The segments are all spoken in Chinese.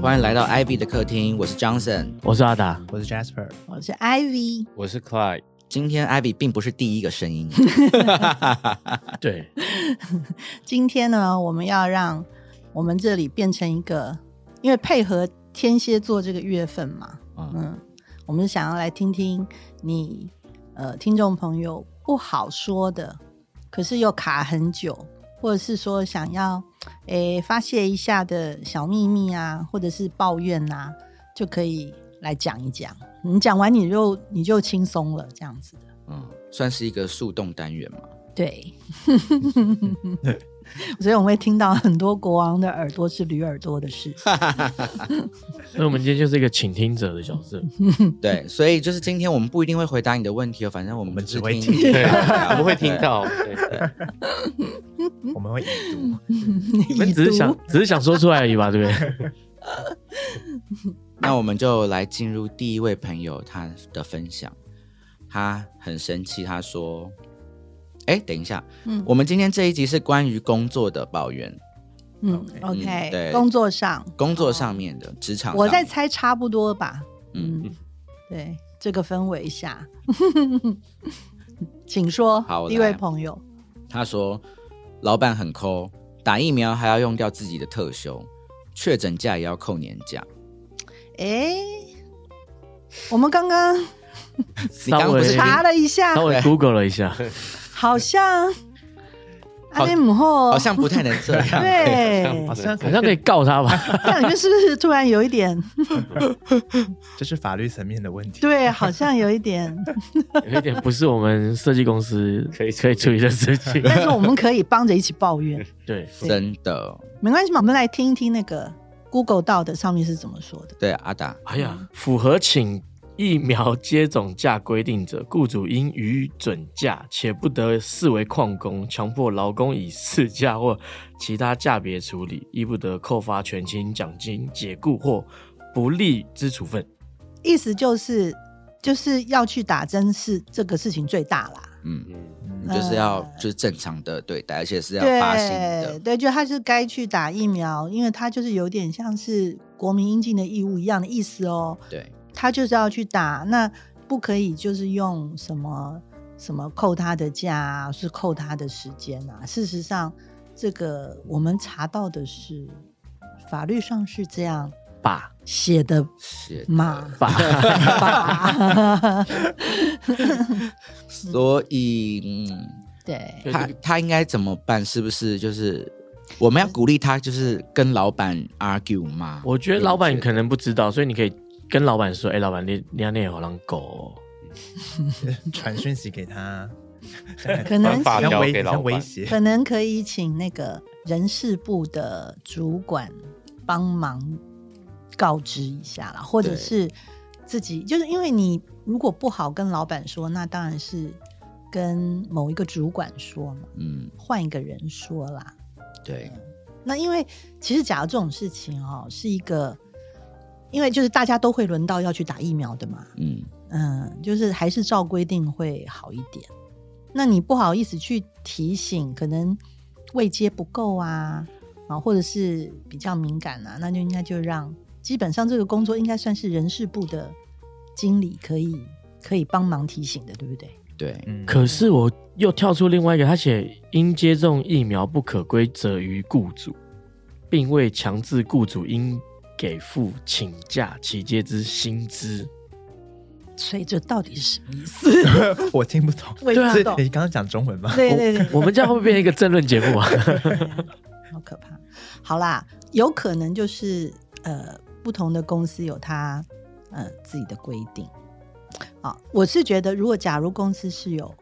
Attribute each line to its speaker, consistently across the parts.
Speaker 1: 欢迎来到 Ivy 的客厅，我是 Johnson。
Speaker 2: 我是阿达，
Speaker 3: 我是 Jasper，
Speaker 4: 我是 Ivy，
Speaker 5: 我是 Clyde，
Speaker 1: 今天 Ivy 并不是第一个声 音，
Speaker 2: 对，
Speaker 4: 今天呢，我们要让我们这里变成一个，因为配合天蝎座这个月份嘛，
Speaker 1: 嗯，
Speaker 4: 嗯，我们想要来听听你呃，听众朋友不好说的，可是又卡很久，或者是说想要诶、发泄一下的小秘密啊，或者是抱怨啊，就可以来讲一讲。你讲完你就你就轻松了，这样子的。
Speaker 1: 嗯，算是一个树洞单元嘛。
Speaker 4: 对，所以我们会听到很多国王的耳朵是驴耳朵的事。
Speaker 2: 所以我们今天就是一个倾听者的角色，
Speaker 1: 对，所以就是今天我们不一定会回答你的问题哦，反正我们
Speaker 3: 我们
Speaker 1: 只
Speaker 3: 只会
Speaker 1: 听，
Speaker 3: 听
Speaker 5: 对， 我
Speaker 1: 我
Speaker 5: 们会听。到，对对
Speaker 3: 我们会已
Speaker 4: 嗯
Speaker 3: 读。
Speaker 2: 你们只是想只是想说出来而已吧，对不 对？
Speaker 1: 那我们就来进入第一位朋友他的分享，他很生气，他说：“哎，等一下，
Speaker 4: 嗯
Speaker 1: 我们今天这一集是关于工作的抱怨，
Speaker 4: 嗯
Speaker 1: OK 嗯对
Speaker 4: ，OK，工作上，
Speaker 1: 工作上面的、职场上
Speaker 4: 我
Speaker 1: 面。”
Speaker 4: 在猜差不多吧。
Speaker 1: 嗯
Speaker 4: 嗯，对，这个氛围下， 请说。
Speaker 1: 好我
Speaker 4: 第一位
Speaker 1: 来
Speaker 4: 朋友，
Speaker 1: 他说，老板很抠，打疫苗还要用掉自己的特休，确诊假也要扣年假。
Speaker 4: 哎，我们刚刚
Speaker 1: 你刚
Speaker 2: 稍
Speaker 1: 刚不是
Speaker 2: 微
Speaker 4: 查了一下，
Speaker 2: 稍微 Google 了一 下，
Speaker 4: 好像
Speaker 1: 好
Speaker 4: 阿内姆后
Speaker 1: 好像不太能这样。
Speaker 4: 哦 对，
Speaker 5: 嗯
Speaker 3: 好像
Speaker 2: 好像可以告他 吧？
Speaker 4: 这样你们是不是突然有一点？
Speaker 3: 这是法律层面的问题。
Speaker 4: 对，好像有一点。
Speaker 2: 有一点不是我们设计公司可以可以处理的 事情，
Speaker 4: 但是我们可以帮着一起抱怨，
Speaker 2: 对，
Speaker 1: 真的，
Speaker 4: 没关系嘛。我们来听一听那个 Google 到的上面是怎么说的。
Speaker 1: 对阿达，
Speaker 2: 哎呀，符合请疫苗接种假规定者，雇主应予准假，且不得视为旷工，强迫劳工以事假或其他假别处理，亦不得扣发全勤、奖金、解雇或不利之处分。
Speaker 4: 意思就是，就是要去打针是这个事情最大啦。
Speaker 1: 嗯，
Speaker 5: 嗯
Speaker 3: 嗯
Speaker 1: 你就是要、就是正常的对待，而且是要发薪
Speaker 4: 呃对
Speaker 1: 的。
Speaker 4: 对，就他是该去打疫苗，因为他就是有点像是国民应尽的义务一样的意思哦。
Speaker 1: 对，
Speaker 4: 他就是要去打，那不可以就是用什么什么扣他的假、啊，是扣他的时间啊。事实上，这个我们查到的是法律上是这样
Speaker 2: 吧，
Speaker 4: 写的
Speaker 1: 是的
Speaker 4: 嘛？
Speaker 2: 吧。
Speaker 4: 吧
Speaker 1: 所以，嗯，
Speaker 4: 对，
Speaker 2: 对
Speaker 1: 他
Speaker 2: 对
Speaker 1: 他应该怎么办？是不是就是我们要鼓励他，就是跟老板 argue 吗？
Speaker 2: 我觉得老
Speaker 1: 你
Speaker 2: 板
Speaker 1: 觉得
Speaker 2: 可能不知道，所以你可以跟老板说：“哎、老板，你你要那有狼狗哦、
Speaker 3: 传讯息给他，
Speaker 4: 可能
Speaker 5: 发
Speaker 3: 好
Speaker 4: 请
Speaker 3: 像
Speaker 5: 表条
Speaker 3: 威
Speaker 5: 给老
Speaker 3: 像威
Speaker 5: 板
Speaker 3: 胁。
Speaker 4: 可能可以请那个人事部的主管帮忙告知一下啦，或者
Speaker 1: 对
Speaker 4: 是自己，就是因为你如果不好跟老板说，那当然是跟某一个主管说嘛，
Speaker 1: 嗯，
Speaker 4: 换一个人说啦。
Speaker 1: 对，
Speaker 4: 那因为其实假如这种事情哦，是一个，因为就是大家都会轮到要去打疫苗的嘛，
Speaker 1: 嗯，
Speaker 4: 嗯，就是还是照规定会好一点。那你不好意思去提醒，可能位阶不够啊，啊，或者是比较敏感啊，那就应该就让基本上这个工作应该算是人事部的经理可以可以帮忙提醒的，对不对？
Speaker 1: 对，
Speaker 3: 嗯，
Speaker 2: 可是我又跳出另外一个，他写因接种疫苗不可归责于雇主，并未强制雇主应给付请假期间之薪资。
Speaker 4: 所以这到底是什么意思？
Speaker 3: 我听不懂。
Speaker 4: 我也不
Speaker 3: 是
Speaker 4: 懂
Speaker 3: 你刚刚讲中文吗？
Speaker 4: 对对对，
Speaker 2: 我们这样会不会变成一个政论节目啊？
Speaker 4: 好可怕。好啦，有可能就是呃，不同的公司有它呃自己的规定。啊，我是觉得，如果假如公司是有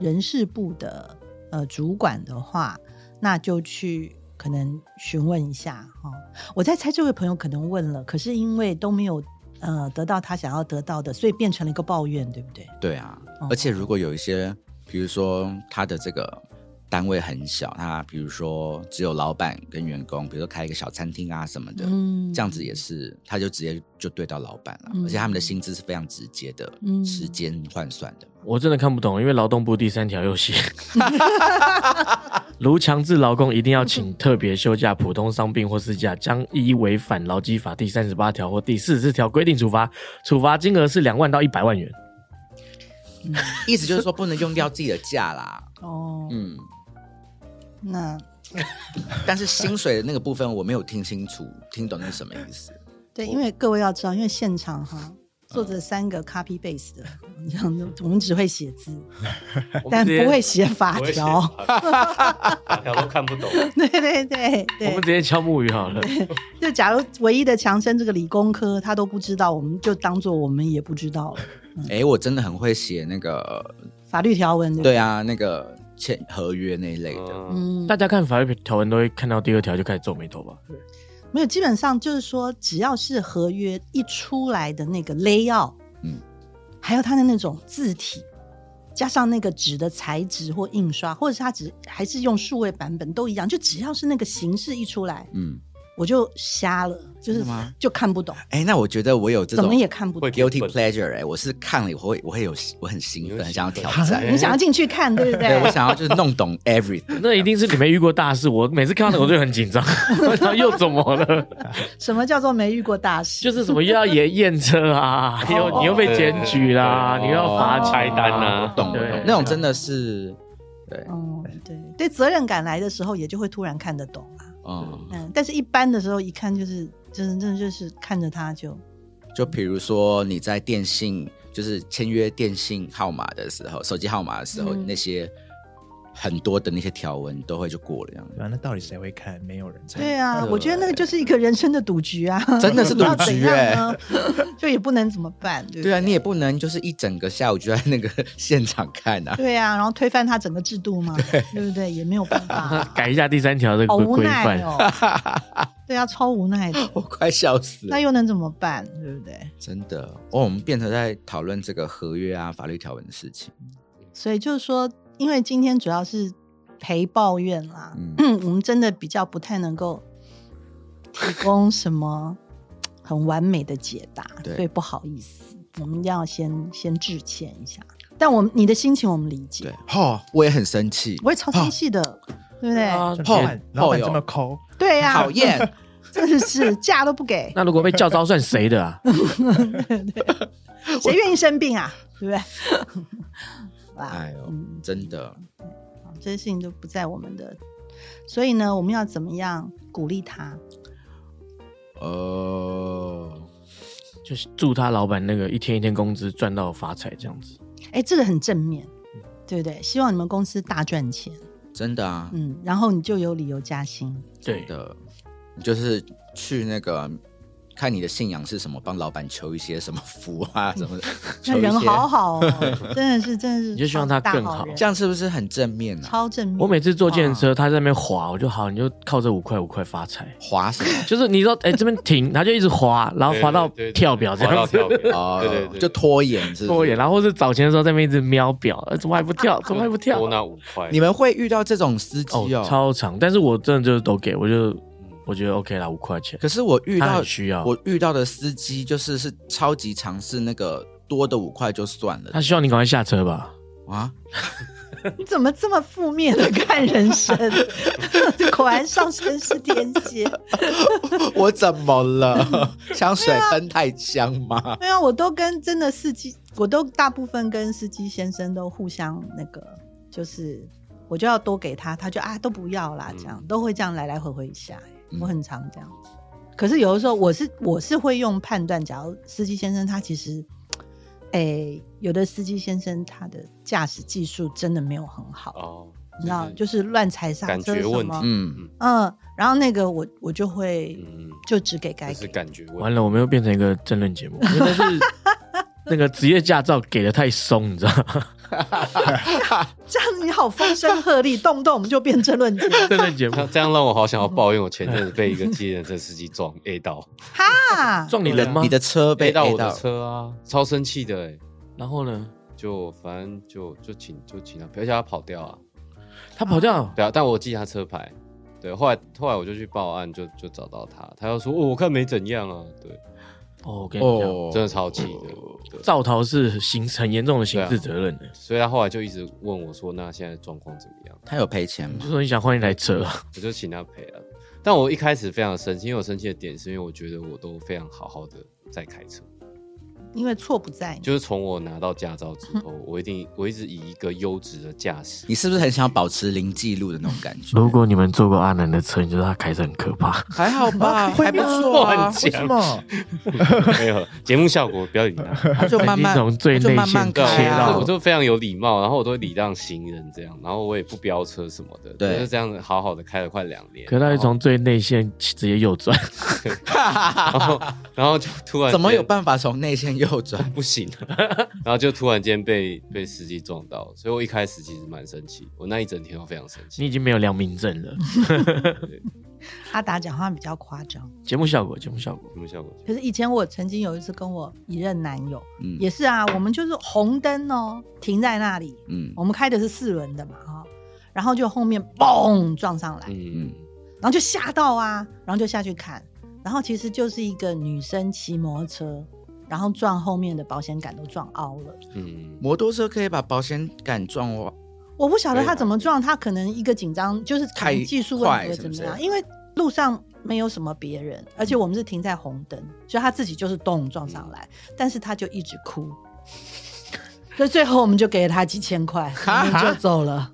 Speaker 4: 人事部的呃主管的话，那就去可能询问一下哦。我在猜这位朋友可能问了，可是因为都没有呃得到他想要得到的，所以变成了一个抱怨，对不对？
Speaker 1: 对啊，
Speaker 4: 哦
Speaker 1: 而且如果有一些，比如说他的这个单位很小，他比如说只有老板跟员工，比如说开一个小餐厅啊什么的，
Speaker 4: 嗯
Speaker 1: 这样子也是，他就直接就对到老板了，
Speaker 4: 嗯
Speaker 1: 而且他们的薪资是非常直接的，
Speaker 4: 嗯
Speaker 1: 时间换算的。
Speaker 2: 我真的看不懂，因为劳动部第三条又写，如强制劳工一定要请特别休假、普通伤病或事假，将依违反劳基法第三十八条或第四十四条规定处罚，处罚金额是两万到一百万元。
Speaker 1: 意思就是说不能用掉自己的假啦。
Speaker 4: 哦，
Speaker 1: 嗯，
Speaker 4: 那
Speaker 1: 但是薪水的那个部分我没有听清楚，听懂那是什么意思？
Speaker 4: 对，因为各位要知道，因为现场哈坐着三个 copy base 的，这样子我们只会写字，但不会写法
Speaker 5: 我也写
Speaker 4: 条。
Speaker 5: 法条都看不懂，
Speaker 4: 对对对
Speaker 2: 我们
Speaker 4: 对，
Speaker 2: 直接敲木鱼好了。
Speaker 4: 就假如唯一的强生这个理工科他都不知道，我们就当做我们也不知道了。
Speaker 1: 哎、我真的很会写那个，
Speaker 4: 法律条文对不对
Speaker 1: 对啊，那个签合约那一类的。
Speaker 5: 嗯，
Speaker 4: 嗯，
Speaker 2: 大家看法律条文都会看到第二条就开始皱眉头吧？
Speaker 4: 没有，基本上就是说，只要是合约一出来的那个 layout，
Speaker 1: 嗯
Speaker 4: 嗯，还有它的那种字体，加上那个纸的材质或印刷，或者是它只还是用数位版本都一样，就只要是那个形式一出来，
Speaker 1: 嗯，
Speaker 4: 我就瞎了，就是
Speaker 1: 真的吗
Speaker 4: 就看不懂，
Speaker 1: 哎、那我觉得我有这
Speaker 4: 怎
Speaker 1: 种
Speaker 4: 么也看不懂
Speaker 5: 会。
Speaker 1: guilty pleasure 哎、我是看了以后会我会有我很兴
Speaker 5: 你
Speaker 1: 奋，
Speaker 5: 会
Speaker 1: 很想要
Speaker 5: 兴
Speaker 1: 挑
Speaker 5: 奋
Speaker 1: 战。
Speaker 4: 你想要进去看，对不对？
Speaker 1: 哎
Speaker 4: 啊
Speaker 1: 对，我想要就是弄懂 everything。
Speaker 2: 那一定是你没遇过大事。我每次看到那个我就很紧张， 我想又怎么了？
Speaker 4: 什么叫做没遇过大事？
Speaker 2: 就是什么又要验验车啊，又 你又被检举啦，
Speaker 5: 对对对
Speaker 2: 你又要罚钱
Speaker 5: 拆单
Speaker 2: 啊，
Speaker 5: 啊，
Speaker 1: 懂
Speaker 2: 对
Speaker 1: 懂，那种真的是，对，
Speaker 4: 嗯，对对，责任感来的时候，也就会突然看得懂啊。
Speaker 1: 嗯，
Speaker 4: 嗯，但是一般的时候，一看就是，真的真的就是看着他就，
Speaker 1: 就比如说你在电信，就是签约电信号码的时候，手机号码的时候，
Speaker 4: 嗯
Speaker 1: 那些很多的那些条文都会就过了，这样
Speaker 3: 对啊，那到底谁会看？没有人猜。
Speaker 4: 对啊，我觉得那个就是一个人生的赌局啊，
Speaker 1: 真的是 赌局
Speaker 4: 哎、
Speaker 1: 哎
Speaker 4: 呢， 就也不能怎么办，对不
Speaker 1: 对
Speaker 4: 对
Speaker 1: 啊，你也不能就是一整个下午就在那个 现场看啊。
Speaker 4: 对啊，然后推翻他整个制 度嘛，对不对？也没有办法、
Speaker 2: 改一下第三条这
Speaker 4: 好
Speaker 2: 个
Speaker 4: 无
Speaker 2: 规
Speaker 4: 奈
Speaker 2: 范。
Speaker 4: 哦，对啊，超无奈的，
Speaker 1: 我快笑死了
Speaker 4: 那，又能怎么办，对不对？
Speaker 1: 真的哦！我们变成在讨论这个合约啊、法律条文的事情。
Speaker 4: 所以就是说，因为今天主要是陪抱怨啦，
Speaker 1: 嗯
Speaker 4: 我们真的比较不太能够提供什么很完美的解答，
Speaker 1: 对
Speaker 4: 所以不好意思，我们要先先致歉一下。但我们你的心情我们理解
Speaker 1: 对，，哦，我也很生气，
Speaker 4: 我也超生气的，对不对？
Speaker 2: 啊
Speaker 3: 就
Speaker 2: 后
Speaker 3: 老板，老
Speaker 1: 后
Speaker 3: 板
Speaker 1: 有
Speaker 3: 这么抠，
Speaker 4: 对呀、
Speaker 1: 讨厌。
Speaker 4: 真的是假都不给，
Speaker 2: 那如果被叫招算谁的啊？
Speaker 4: 谁愿意生病啊？对不对？ 啊，
Speaker 1: 哎呦，
Speaker 4: 嗯，
Speaker 1: 真的，
Speaker 4: 好这些事情都不在我们的，所以呢，我们要怎么样鼓励他？
Speaker 1: 哦，
Speaker 2: 就是祝他老板那个一天一天工资赚到发财这样子。
Speaker 4: 哎，这个很正面，对不对？希望你们公司大赚钱，
Speaker 1: 真的啊，
Speaker 4: 嗯，然后你就有理由加薪，
Speaker 2: 对，
Speaker 1: 的，就是去那个看你的信仰是什么，帮老板求一些什么福啊什么的，
Speaker 4: 嗯 那
Speaker 1: 求一
Speaker 4: 人
Speaker 1: 些，
Speaker 4: 好好 哦，真的是，真的是，
Speaker 2: 你就希望他更好
Speaker 4: 好人，
Speaker 1: 这样是不是很正面啊？
Speaker 4: 超正面。
Speaker 2: 我每次坐电车，他在那边滑，我就好，你就靠这五块五块发财。
Speaker 1: 划什么？
Speaker 2: 就是你说，哎、这边停，他就一直滑，然后滑到
Speaker 5: 对对对对
Speaker 2: 跳表这
Speaker 5: 滑到
Speaker 2: 样子，
Speaker 5: 跳表，
Speaker 1: 哦，
Speaker 5: 对对对，
Speaker 1: 就拖延是不是
Speaker 2: 拖延，。然后或是找钱的时候在那边一直瞄表，呃怎么还不跳，怎么还不跳
Speaker 5: 多？那五块，
Speaker 1: 你们会遇到这种司
Speaker 2: 哦
Speaker 1: 机，哦？
Speaker 2: 超长，但是我真的就是都给，我就我觉得 OK 啦，五块钱。
Speaker 1: 可是我遇
Speaker 2: 他
Speaker 1: 到
Speaker 2: 很需要
Speaker 1: 我遇到的司机就是是超级尝试那个多的五块就算了
Speaker 2: 他希望你赶快下车吧，
Speaker 1: 啊，
Speaker 4: 你怎么这么负面的看人生？ 果然上升是天蝎。
Speaker 1: 我怎么 了？香水喷太香吗？
Speaker 4: 没有，啊我都跟真的司机，我都大部分跟司机先生都互相那个，就是我就要多给他，他就啊都不要啦，这样、
Speaker 5: 嗯
Speaker 4: 都会这样来来回回一下、哎
Speaker 1: 嗯
Speaker 4: 我很常这样子。可是有的时候我是我是会用判断，假如司机先生他其实，诶、有的司机先生他的驾驶技术真的没有很好，
Speaker 5: 哦，
Speaker 4: 你知道，就是乱踩刹
Speaker 5: 感
Speaker 4: 车
Speaker 5: 觉
Speaker 4: 什
Speaker 5: 问
Speaker 4: 么
Speaker 5: 题，
Speaker 1: 嗯，
Speaker 4: 嗯，然后那个我我就会
Speaker 5: 嗯，
Speaker 4: 就只给该
Speaker 5: 就是
Speaker 4: 给，
Speaker 5: 感觉问
Speaker 2: 完
Speaker 5: 题，
Speaker 2: 了，我们又变成一个争论节目，因为那是 那个职业驾照给的太松，你知道 吗？
Speaker 4: 这样你好风声鹤唳，动不动我们就变争论节目。
Speaker 2: 争论节目
Speaker 5: 这样这样让我好想要抱怨，我前阵子被一个计程车司机撞 A 到
Speaker 4: 哈，
Speaker 2: 撞你
Speaker 1: 你的
Speaker 2: 人吗？
Speaker 1: 你的车被
Speaker 5: A 到
Speaker 1: A
Speaker 5: 我的车啊，超生气的哎，
Speaker 2: 然后呢？
Speaker 5: 就反正就就请就请他，而且他跑掉啊，
Speaker 2: 他跑掉，
Speaker 5: 对啊，但我记他车牌。对，后来后来我就去报案，就就找到他，他又说、哦、我看没怎样啊，对，
Speaker 2: 哦，我跟你讲，
Speaker 1: 哦，
Speaker 5: 真的超气的。对
Speaker 2: 造逃是刑很严重的刑事责任的。
Speaker 1: 啊
Speaker 5: 所以他后来就一直问我说：“那现在状况怎么样
Speaker 1: 他有赔钱吗
Speaker 2: 就？说你想换一台车，？”
Speaker 5: 我就请他赔了。但我一开始非常生气，因为我生气的点是因为我觉得我都非常好好的在开车，
Speaker 4: 因为错不在你。
Speaker 5: 就是从我拿到驾照之后，我一定我一直以一个优质的驾驶
Speaker 1: 你是不是很想保持零记录的那种感觉？
Speaker 2: 如果你们坐过阿南的车，你觉得他开车很可怕。
Speaker 1: 还好吧，还不错啊
Speaker 5: 很，
Speaker 3: 为什么？
Speaker 5: 没有节目效果，不要理他。
Speaker 1: 他就慢慢
Speaker 2: 从最
Speaker 1: 他就
Speaker 2: 内
Speaker 1: 慢慢
Speaker 2: 线
Speaker 1: 开
Speaker 2: 切
Speaker 1: 啊
Speaker 2: 到
Speaker 5: 我就非常有礼貌，然后我都会礼让行人这样，然后我也不飙车什么的，
Speaker 1: 对
Speaker 5: 就是这样子好好的开了快两年。
Speaker 2: 可他是从最内线直接右转，
Speaker 5: 然后然后就 突然
Speaker 1: 怎么有
Speaker 5: 间
Speaker 1: 办法从内线右转？
Speaker 5: 不行， 然后就突然间被被司机撞到，所以我一开始其实蛮生气，我那一整天都非常生
Speaker 2: 你
Speaker 5: 气。
Speaker 2: 已经没有良民证了。
Speaker 4: 阿达讲话比较夸张，
Speaker 2: 节目效果，节目效果，
Speaker 5: 什么效果？
Speaker 4: 可是以前我曾经有一次跟我一任男友
Speaker 1: 嗯
Speaker 4: 也是啊，我们就是红灯哦，停在那里，
Speaker 1: 嗯
Speaker 4: 我们开的是四轮的嘛哈、然后就后面嘣撞上来，
Speaker 5: 嗯，
Speaker 4: 然后就吓到啊，然后就下去看，然后其实就是一个女生骑摩托车，然后撞后面的保险杆都撞凹了。
Speaker 5: 嗯，
Speaker 1: 摩托车可以把保险杆撞歪，
Speaker 4: 我不晓得
Speaker 5: 对啊
Speaker 4: 他怎么撞，他可能一个紧张，就是可能
Speaker 1: 太
Speaker 4: 技术问
Speaker 1: 快
Speaker 4: 题或
Speaker 1: 是
Speaker 4: 怎
Speaker 1: 不是
Speaker 4: 么
Speaker 1: 嗯
Speaker 4: 样，因为路上没有什么别人，而且我们是停在红灯，所以他自己就是咚撞上来，
Speaker 1: 嗯
Speaker 4: 但是他就一直哭，所以最后我们就给了他几千块，然后就走了。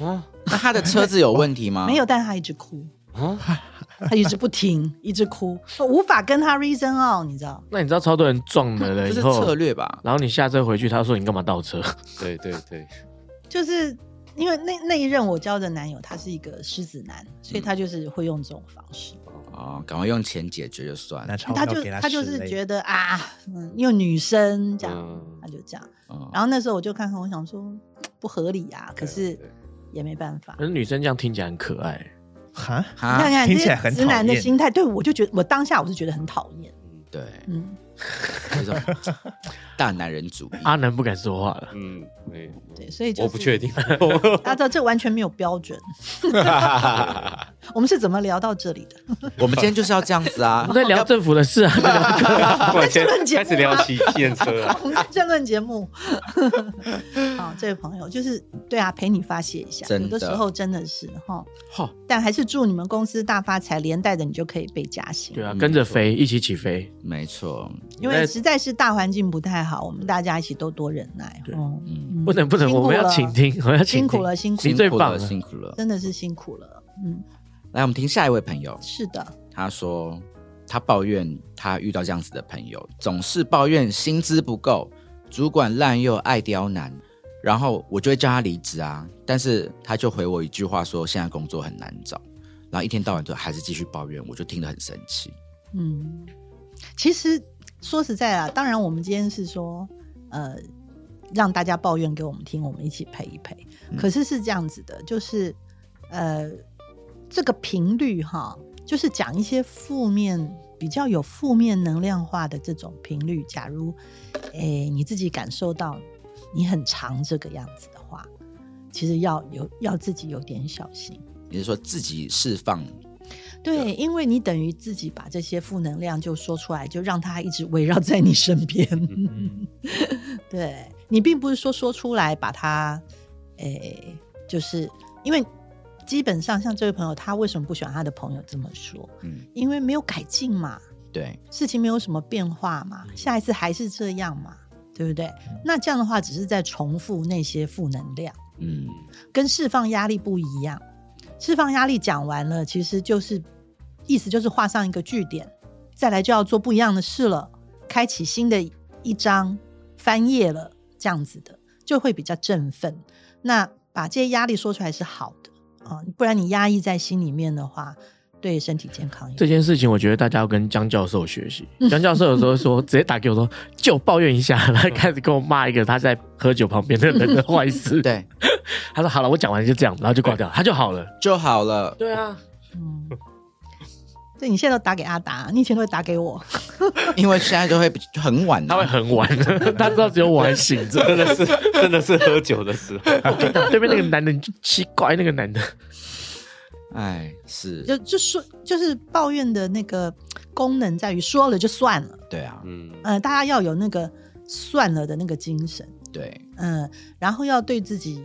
Speaker 5: 啊
Speaker 1: 那他的车子有问题吗？
Speaker 4: 没有，，但他一直哭，
Speaker 5: 啊，
Speaker 4: 他一直不停，一直哭，我无法跟他 reason out，你知道。
Speaker 2: 那你知道超多人撞了了
Speaker 1: 这
Speaker 2: 以
Speaker 1: 是
Speaker 2: 后
Speaker 1: 策，略吧？
Speaker 2: 然后你下车回去，他说你干嘛倒车？
Speaker 5: 对对对，
Speaker 4: 就是因为那那一任我交的男友他是一个狮子男，所以他就是会用这种方式。
Speaker 1: 哦，赶快用钱解决就算了
Speaker 3: 拿。钞
Speaker 4: 他
Speaker 3: 票
Speaker 4: 就
Speaker 3: 给
Speaker 4: 他就是
Speaker 3: 室内
Speaker 4: 觉得啊，嗯，又女生这样，
Speaker 5: 嗯
Speaker 4: 他就这样。
Speaker 1: 哦
Speaker 4: 然后那时候我就看看，我想说不合理啊，可是
Speaker 5: 对
Speaker 4: 也没办法。
Speaker 2: 可是女生这样听起来很可爱，
Speaker 3: 哈，
Speaker 4: 你看
Speaker 1: 哈，
Speaker 4: 看
Speaker 3: 啊听
Speaker 4: 这
Speaker 3: 起来
Speaker 4: 些
Speaker 3: 很
Speaker 4: 直男
Speaker 3: 讨
Speaker 4: 的
Speaker 3: 厌
Speaker 4: 心态，对我就觉得我当下我是觉得很讨厌，
Speaker 5: 嗯
Speaker 1: 对，
Speaker 4: 嗯，
Speaker 1: 这种大男人主义。
Speaker 2: 阿南不敢说话了。
Speaker 5: 嗯，对，
Speaker 4: 对，所以就是
Speaker 5: 我 不确定，
Speaker 4: 大家知道这完全没有标 准，我们是怎么聊到这里的？
Speaker 1: 我们今天就是要这样子啊
Speaker 2: 我们！在聊政府的事啊，在聊
Speaker 5: 突然 间开始聊起电车 了。
Speaker 4: 我们在争论节 目。好，这位朋友就是对啊，陪你发泄一下，
Speaker 1: 真
Speaker 4: 有的时
Speaker 1: 的
Speaker 4: 候真的是哈，
Speaker 1: 哈，
Speaker 4: 但还是祝你们公司大发财，连带着你就可以被加薪。
Speaker 2: 对啊，跟着飞，一起起飞。
Speaker 1: 没错，
Speaker 4: 因为实在是大环境不太好，我们大家一起都多忍耐。
Speaker 2: 对
Speaker 4: 哦，
Speaker 1: 嗯，
Speaker 4: 嗯
Speaker 2: 不能不能，
Speaker 4: 辛苦
Speaker 2: 我们要
Speaker 4: 了
Speaker 2: 倾听， 我们要倾听
Speaker 4: 辛苦了，辛苦
Speaker 2: 你
Speaker 4: 了，
Speaker 2: 最
Speaker 1: 辛苦了
Speaker 2: 棒了
Speaker 1: 辛苦了。
Speaker 4: 真的是辛苦了。嗯，
Speaker 1: 来，我们听下一位朋友，
Speaker 4: 是的，
Speaker 1: 他说他抱怨他遇到这样子的朋友，总是抱怨薪资不够，主管滥用爱刁难，然后我就会叫他离职啊，但是他就回我一句话说现在工作很难找，然后一天到晚都还是继续抱怨，我就听得很生气。
Speaker 4: 嗯，其实说实在啊，当然我们今天是说，呃，让大家抱怨给我们听，我们一起陪一陪。
Speaker 1: 嗯
Speaker 4: 可是是这样子的，就是呃，这个频率哈，就是讲一些负面、比较有负面能量化的这种频率。假如诶、你自己感受到你很长这个样子的话，其实要有要自己有点小心。
Speaker 1: 你是说自己释放？
Speaker 4: 对，因为你等于自己把这些负能量就说出来，就让它一直围绕在你身边。
Speaker 3: 嗯，
Speaker 4: 对你并不是说说出来把它，诶、就是因为基本上像这位朋友，他为什么不喜欢他的朋友这么说？
Speaker 1: 嗯，
Speaker 4: 因为没有改进嘛，
Speaker 1: 对，
Speaker 4: 事情没有什么变化嘛，下一次还是这样嘛，对不对？那这样的话，只是在重复那些负能量。
Speaker 1: 嗯，
Speaker 4: 跟释放压力不一样。释放压力讲完了，其实就是意思就是画上一个句点，再来就要做不一样的事了，开启新的一章，翻页了，这样子的就会比较振奋。那把这些压力说出来是好的啊，不然你压抑在心里面的话，对身体健康也
Speaker 2: 这件事情，我觉得大家要跟江教授学习。江教授有时候说，直接打给我说，就抱怨一下，然后开始跟我骂一个他在喝酒旁边的人的坏事。，
Speaker 1: 对，
Speaker 2: 他说好了，我讲完就这样，然后就挂掉，他就好了。
Speaker 1: 就好了。
Speaker 2: 对啊，
Speaker 4: 嗯。对，你现在都打给阿达，你以前都会打给我。
Speaker 1: 因为现在就会比就很晚、
Speaker 2: 他会
Speaker 1: 啊，
Speaker 2: 很晚，他知道只有我还醒着。
Speaker 5: 真的是，真的是喝酒的时候，
Speaker 2: 对面那个男的你就奇怪，那个男的
Speaker 1: 哎，是，
Speaker 4: 就就说就是抱怨的那个功能在于说了就算了，
Speaker 1: 对啊，
Speaker 5: 嗯，
Speaker 4: 呃，大家要有那个算了的那个精神，
Speaker 1: 对，
Speaker 4: 嗯、然后要对自己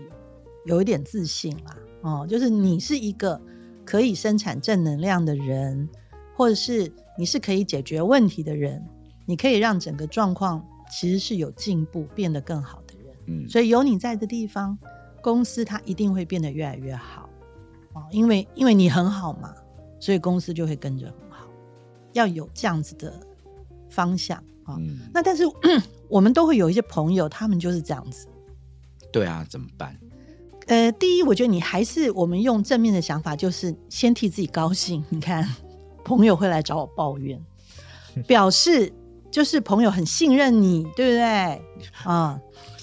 Speaker 4: 有一点自信啦，哦，就是你是一个可以生产正能量的人，或者是你是可以解决问题的人，你可以让整个状况其实是有进步、变得更好的人。
Speaker 1: 嗯，
Speaker 4: 所以有你在的地方，公司它一定会变得越来越好哦，因为因为你很好嘛，所以公司就会跟着很好。要有这样子的方向啊、哦
Speaker 1: 嗯，
Speaker 4: 那但是我们都会有一些朋友，他们就是这样子。
Speaker 1: 对啊，怎么办？
Speaker 4: 呃，第一，我觉得你还是我们用正面的想法，就是先替自己高兴。你看，朋友会来找我抱怨，表示就是朋友很信任你，对不对？啊、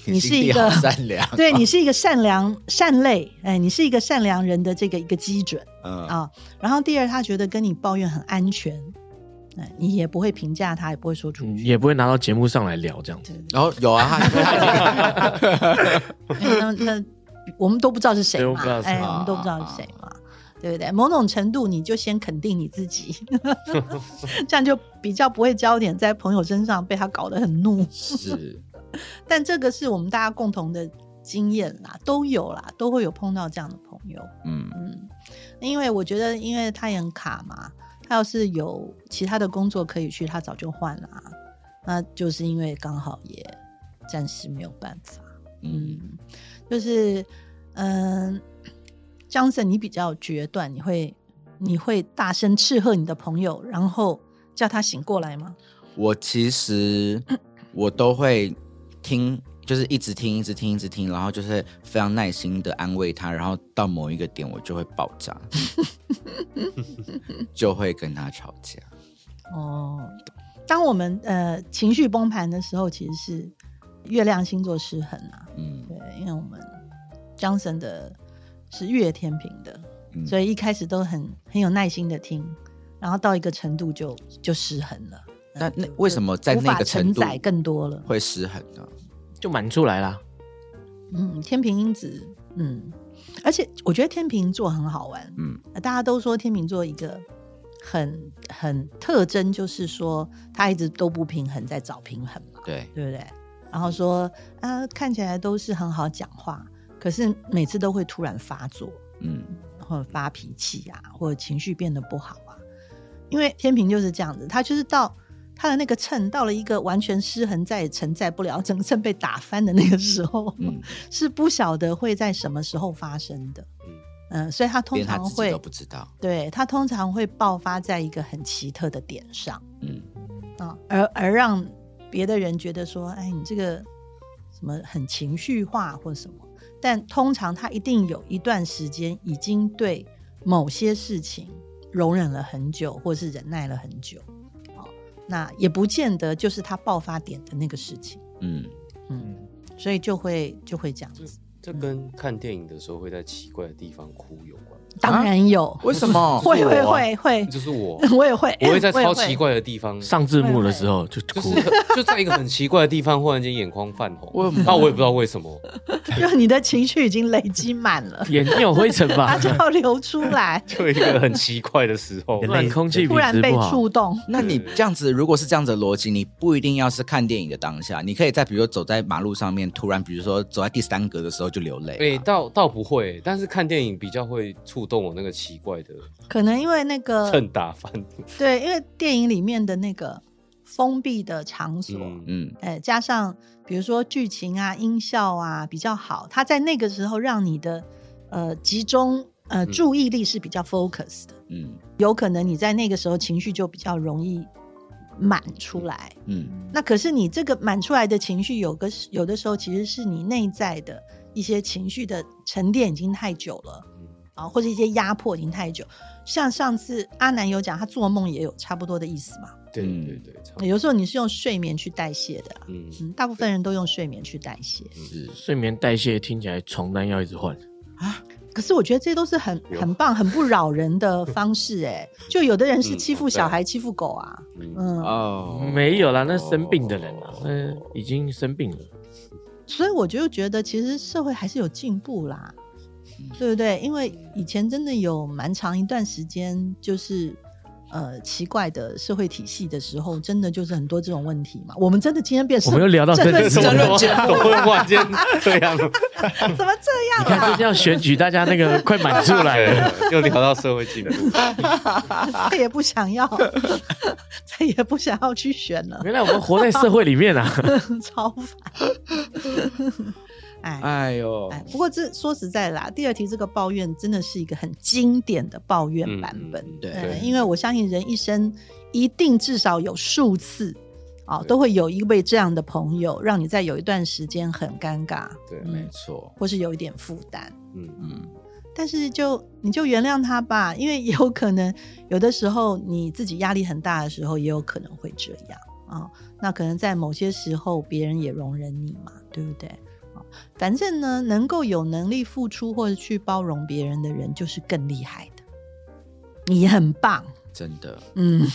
Speaker 4: 你是
Speaker 1: 心地
Speaker 4: 一个
Speaker 1: 好善良，
Speaker 4: 对你是一个善良善类，哎，你是一个善良人的这个一个基准
Speaker 1: 嗯，
Speaker 4: 啊。然后第二，他觉得跟你抱怨很安全，哎，你也不会评价他，也不会说出
Speaker 2: 嗯
Speaker 4: 去。
Speaker 2: 也不会拿到节目上来聊这样子。
Speaker 1: 然后有 啊，他他
Speaker 4: 哎那那我们都不知道是谁
Speaker 2: 对我
Speaker 4: 嘛
Speaker 2: 不知道，是啊
Speaker 4: 哎，
Speaker 1: 谁
Speaker 4: 我们都不知道是谁嘛，对不对？某种程度，你就先肯定你 自己，这样就比较不会焦点在朋友身上，被他搞得很怒。
Speaker 1: 是
Speaker 4: 但这个是我们大家共同的经验啦，都有啦，都会有碰到这样的朋友。
Speaker 1: 嗯
Speaker 4: 嗯，因为我觉得，因为他也很卡嘛，他要是有其他的工作可以去，他早就换了、啊。那就是因为刚好也暂时没有办法。
Speaker 1: 嗯
Speaker 4: 嗯，就是嗯，Johnson，你比较决断，你会你会大声斥喝你的朋友，然后叫他醒过来吗？
Speaker 1: 我其实我都会听，就是一直听，一直听，一直听，然后就是非常耐心的安慰他，然后到某一个点我就会爆 炸，就会跟他吵架。
Speaker 4: 哦，当我们呃情绪崩盘的时候，其实是月亮星座失衡啊。
Speaker 1: 嗯
Speaker 4: 对，因为我们 Johnson 的是月天平的，
Speaker 1: 嗯
Speaker 4: 所以一开始都很很有耐心的听，然后到一个程度就就失衡了。
Speaker 1: 那那
Speaker 4: 就
Speaker 1: 为什么在
Speaker 4: 无
Speaker 1: 那
Speaker 4: 法
Speaker 1: 个
Speaker 4: 承
Speaker 1: 程度
Speaker 4: 载更多了？
Speaker 1: 会失衡呢？
Speaker 2: 就满出来啦。
Speaker 4: 嗯，天平因子，嗯，而且我觉得天秤座很好玩，
Speaker 1: 嗯
Speaker 4: 呃大家都说天秤座一个很很特征就是说他一直都不平衡，在找平衡嘛，
Speaker 1: 对，
Speaker 4: 对不对？然后说啊，看起来都是很好讲话，可是每次都会突然发作，
Speaker 1: 嗯
Speaker 4: 或者发脾气啊，或者情绪变得不好啊。因为天平就是这样子，他就是到他的那个秤到了一个完全失衡，再也承载不了，整个秤被打翻的那个时候，
Speaker 1: 嗯，
Speaker 4: 是不晓得会在什么时候发生的。嗯
Speaker 5: 嗯、
Speaker 4: 所以他通
Speaker 1: 连他
Speaker 4: 常
Speaker 1: 自己
Speaker 4: 会
Speaker 1: 都不知道。
Speaker 4: 对他通常会爆发在一个很奇特的点上
Speaker 1: 嗯
Speaker 4: 啊，而而让别的人觉得说，哎，你这个什么很情绪化或什么。但通常他一定有一段时间已经对某些事情容忍了很久，或是忍耐了很久。哦，那也不见得就是他爆发点的那个事情，
Speaker 1: 嗯，
Speaker 4: 嗯，所以就会就会这样子。
Speaker 5: 这跟看电影的时候会在奇怪的地方哭有关。
Speaker 4: 当然有，
Speaker 1: 为什么？
Speaker 4: 会
Speaker 5: 啊我
Speaker 4: 会
Speaker 5: 啊
Speaker 4: 会会，
Speaker 5: 就 是我，
Speaker 4: 我也会，
Speaker 5: 我会在
Speaker 4: 也
Speaker 5: 超奇，怪的地 方，
Speaker 2: 上字幕的时候就
Speaker 5: 就
Speaker 2: 哭，
Speaker 5: 是，就在一个很奇怪的地方，忽然间眼眶泛
Speaker 1: 为
Speaker 5: 红
Speaker 1: 什么，
Speaker 5: 那我也不知道为什么。
Speaker 4: 因为你的情绪已经累积满了
Speaker 2: 眼睛有灰尘吧
Speaker 4: 它？就要流出来，
Speaker 5: 就一个很奇怪的时候
Speaker 2: 不然哦空气
Speaker 4: 突
Speaker 2: 品
Speaker 4: 然
Speaker 2: 质
Speaker 4: 被
Speaker 2: 不好。
Speaker 4: 触动。
Speaker 1: 那你这样子，如果是这样子的逻辑，你不一定要是看电影的当下，你可以在比如说走在马路上面，突然比如说走在第三格的时候就流
Speaker 5: 哎、
Speaker 1: 泪啊。
Speaker 5: 倒倒不会，但是看电影比较会触动我那个奇怪的
Speaker 4: 可能因为那个
Speaker 5: 趁打翻。
Speaker 4: 对，因为电影里面的那个封闭的场所，
Speaker 5: 嗯，
Speaker 1: 嗯，
Speaker 4: 呃，加上比如说剧情啊、音效啊比较好，它在那个时候让你的呃集中呃
Speaker 5: 嗯
Speaker 4: 注意力是比较 focus 的，
Speaker 1: 嗯
Speaker 4: 有可能你在那个时候情绪就比较容易满出来。
Speaker 1: 嗯
Speaker 4: 那可是你这个满出来的情绪，有个有的时候其实是你内在的一些情绪的沉淀已经太久了
Speaker 5: 嗯，
Speaker 4: 啊，或者一些压迫已经太久。像上次阿南有讲，他做梦也有差不多的意思嘛。
Speaker 5: 对
Speaker 1: 嗯
Speaker 5: 对对，差不多
Speaker 4: 有时候你是用睡眠去代谢的啊、
Speaker 5: 嗯，
Speaker 4: 嗯，大部分人都用睡眠去代谢。
Speaker 1: 是
Speaker 2: 睡眠代谢听起来床单要一直换，
Speaker 4: 可是我觉得这都是很
Speaker 5: 有
Speaker 4: 很棒、很不扰人的方式、 哎，就有的人是
Speaker 5: 嗯
Speaker 4: 欺负
Speaker 5: 对
Speaker 4: 小孩、欺负狗啊，
Speaker 5: 嗯，
Speaker 4: 嗯，
Speaker 1: 哦
Speaker 2: 没有啦，那生病的人啊，那已经生病了。
Speaker 4: 所以我就觉得，其实社会还是有进步啦，
Speaker 1: 嗯
Speaker 4: 对不对？因为以前真的有蛮长一段时间，就是呃奇怪的社会体系的时候，真的就是很多这种问题嘛。我们真的今天变
Speaker 2: 我
Speaker 4: 社
Speaker 2: 们又聊到
Speaker 4: 政
Speaker 2: 政
Speaker 4: 论
Speaker 2: 治
Speaker 4: 节
Speaker 2: 了
Speaker 4: 目
Speaker 5: 我
Speaker 4: 了，
Speaker 5: 怎么会忽然间这样？
Speaker 4: 怎么这
Speaker 2: 你看，
Speaker 4: 样啊
Speaker 2: 这？叫选举，大家那个快满出来 了。
Speaker 5: 对，又聊到社会进步，
Speaker 4: 再也不想要， 再也不想要去选了，
Speaker 2: 原来我们活在社会里 面啊！
Speaker 4: 超烦。 哎
Speaker 1: 哎
Speaker 5: 哦
Speaker 1: 呦，
Speaker 4: 哎，不过这说实在啦，第二题这个抱怨真的是一个很经典的抱怨版本。
Speaker 5: 嗯嗯嗯
Speaker 1: 对
Speaker 4: 对，
Speaker 5: 对，
Speaker 4: 因为我相信人一生一定至少有数次，啊，
Speaker 5: 对
Speaker 4: 都会有一位这样的朋友，让你在有一段时间很尴尬，
Speaker 5: 对
Speaker 4: 嗯
Speaker 1: 没错，
Speaker 4: 或是有一点负担。
Speaker 5: 嗯，
Speaker 1: 嗯，
Speaker 4: 但是就你就原谅他吧，因为有可能有的时候你自己压力很大的时候，也有可能会这样啊、那可能在某些时候，别人也容忍你嘛，对不对？啊，反正呢，能够有能力付出或者去包容别人的人，就是更厉害的。你很棒，
Speaker 1: 真的，
Speaker 4: 嗯，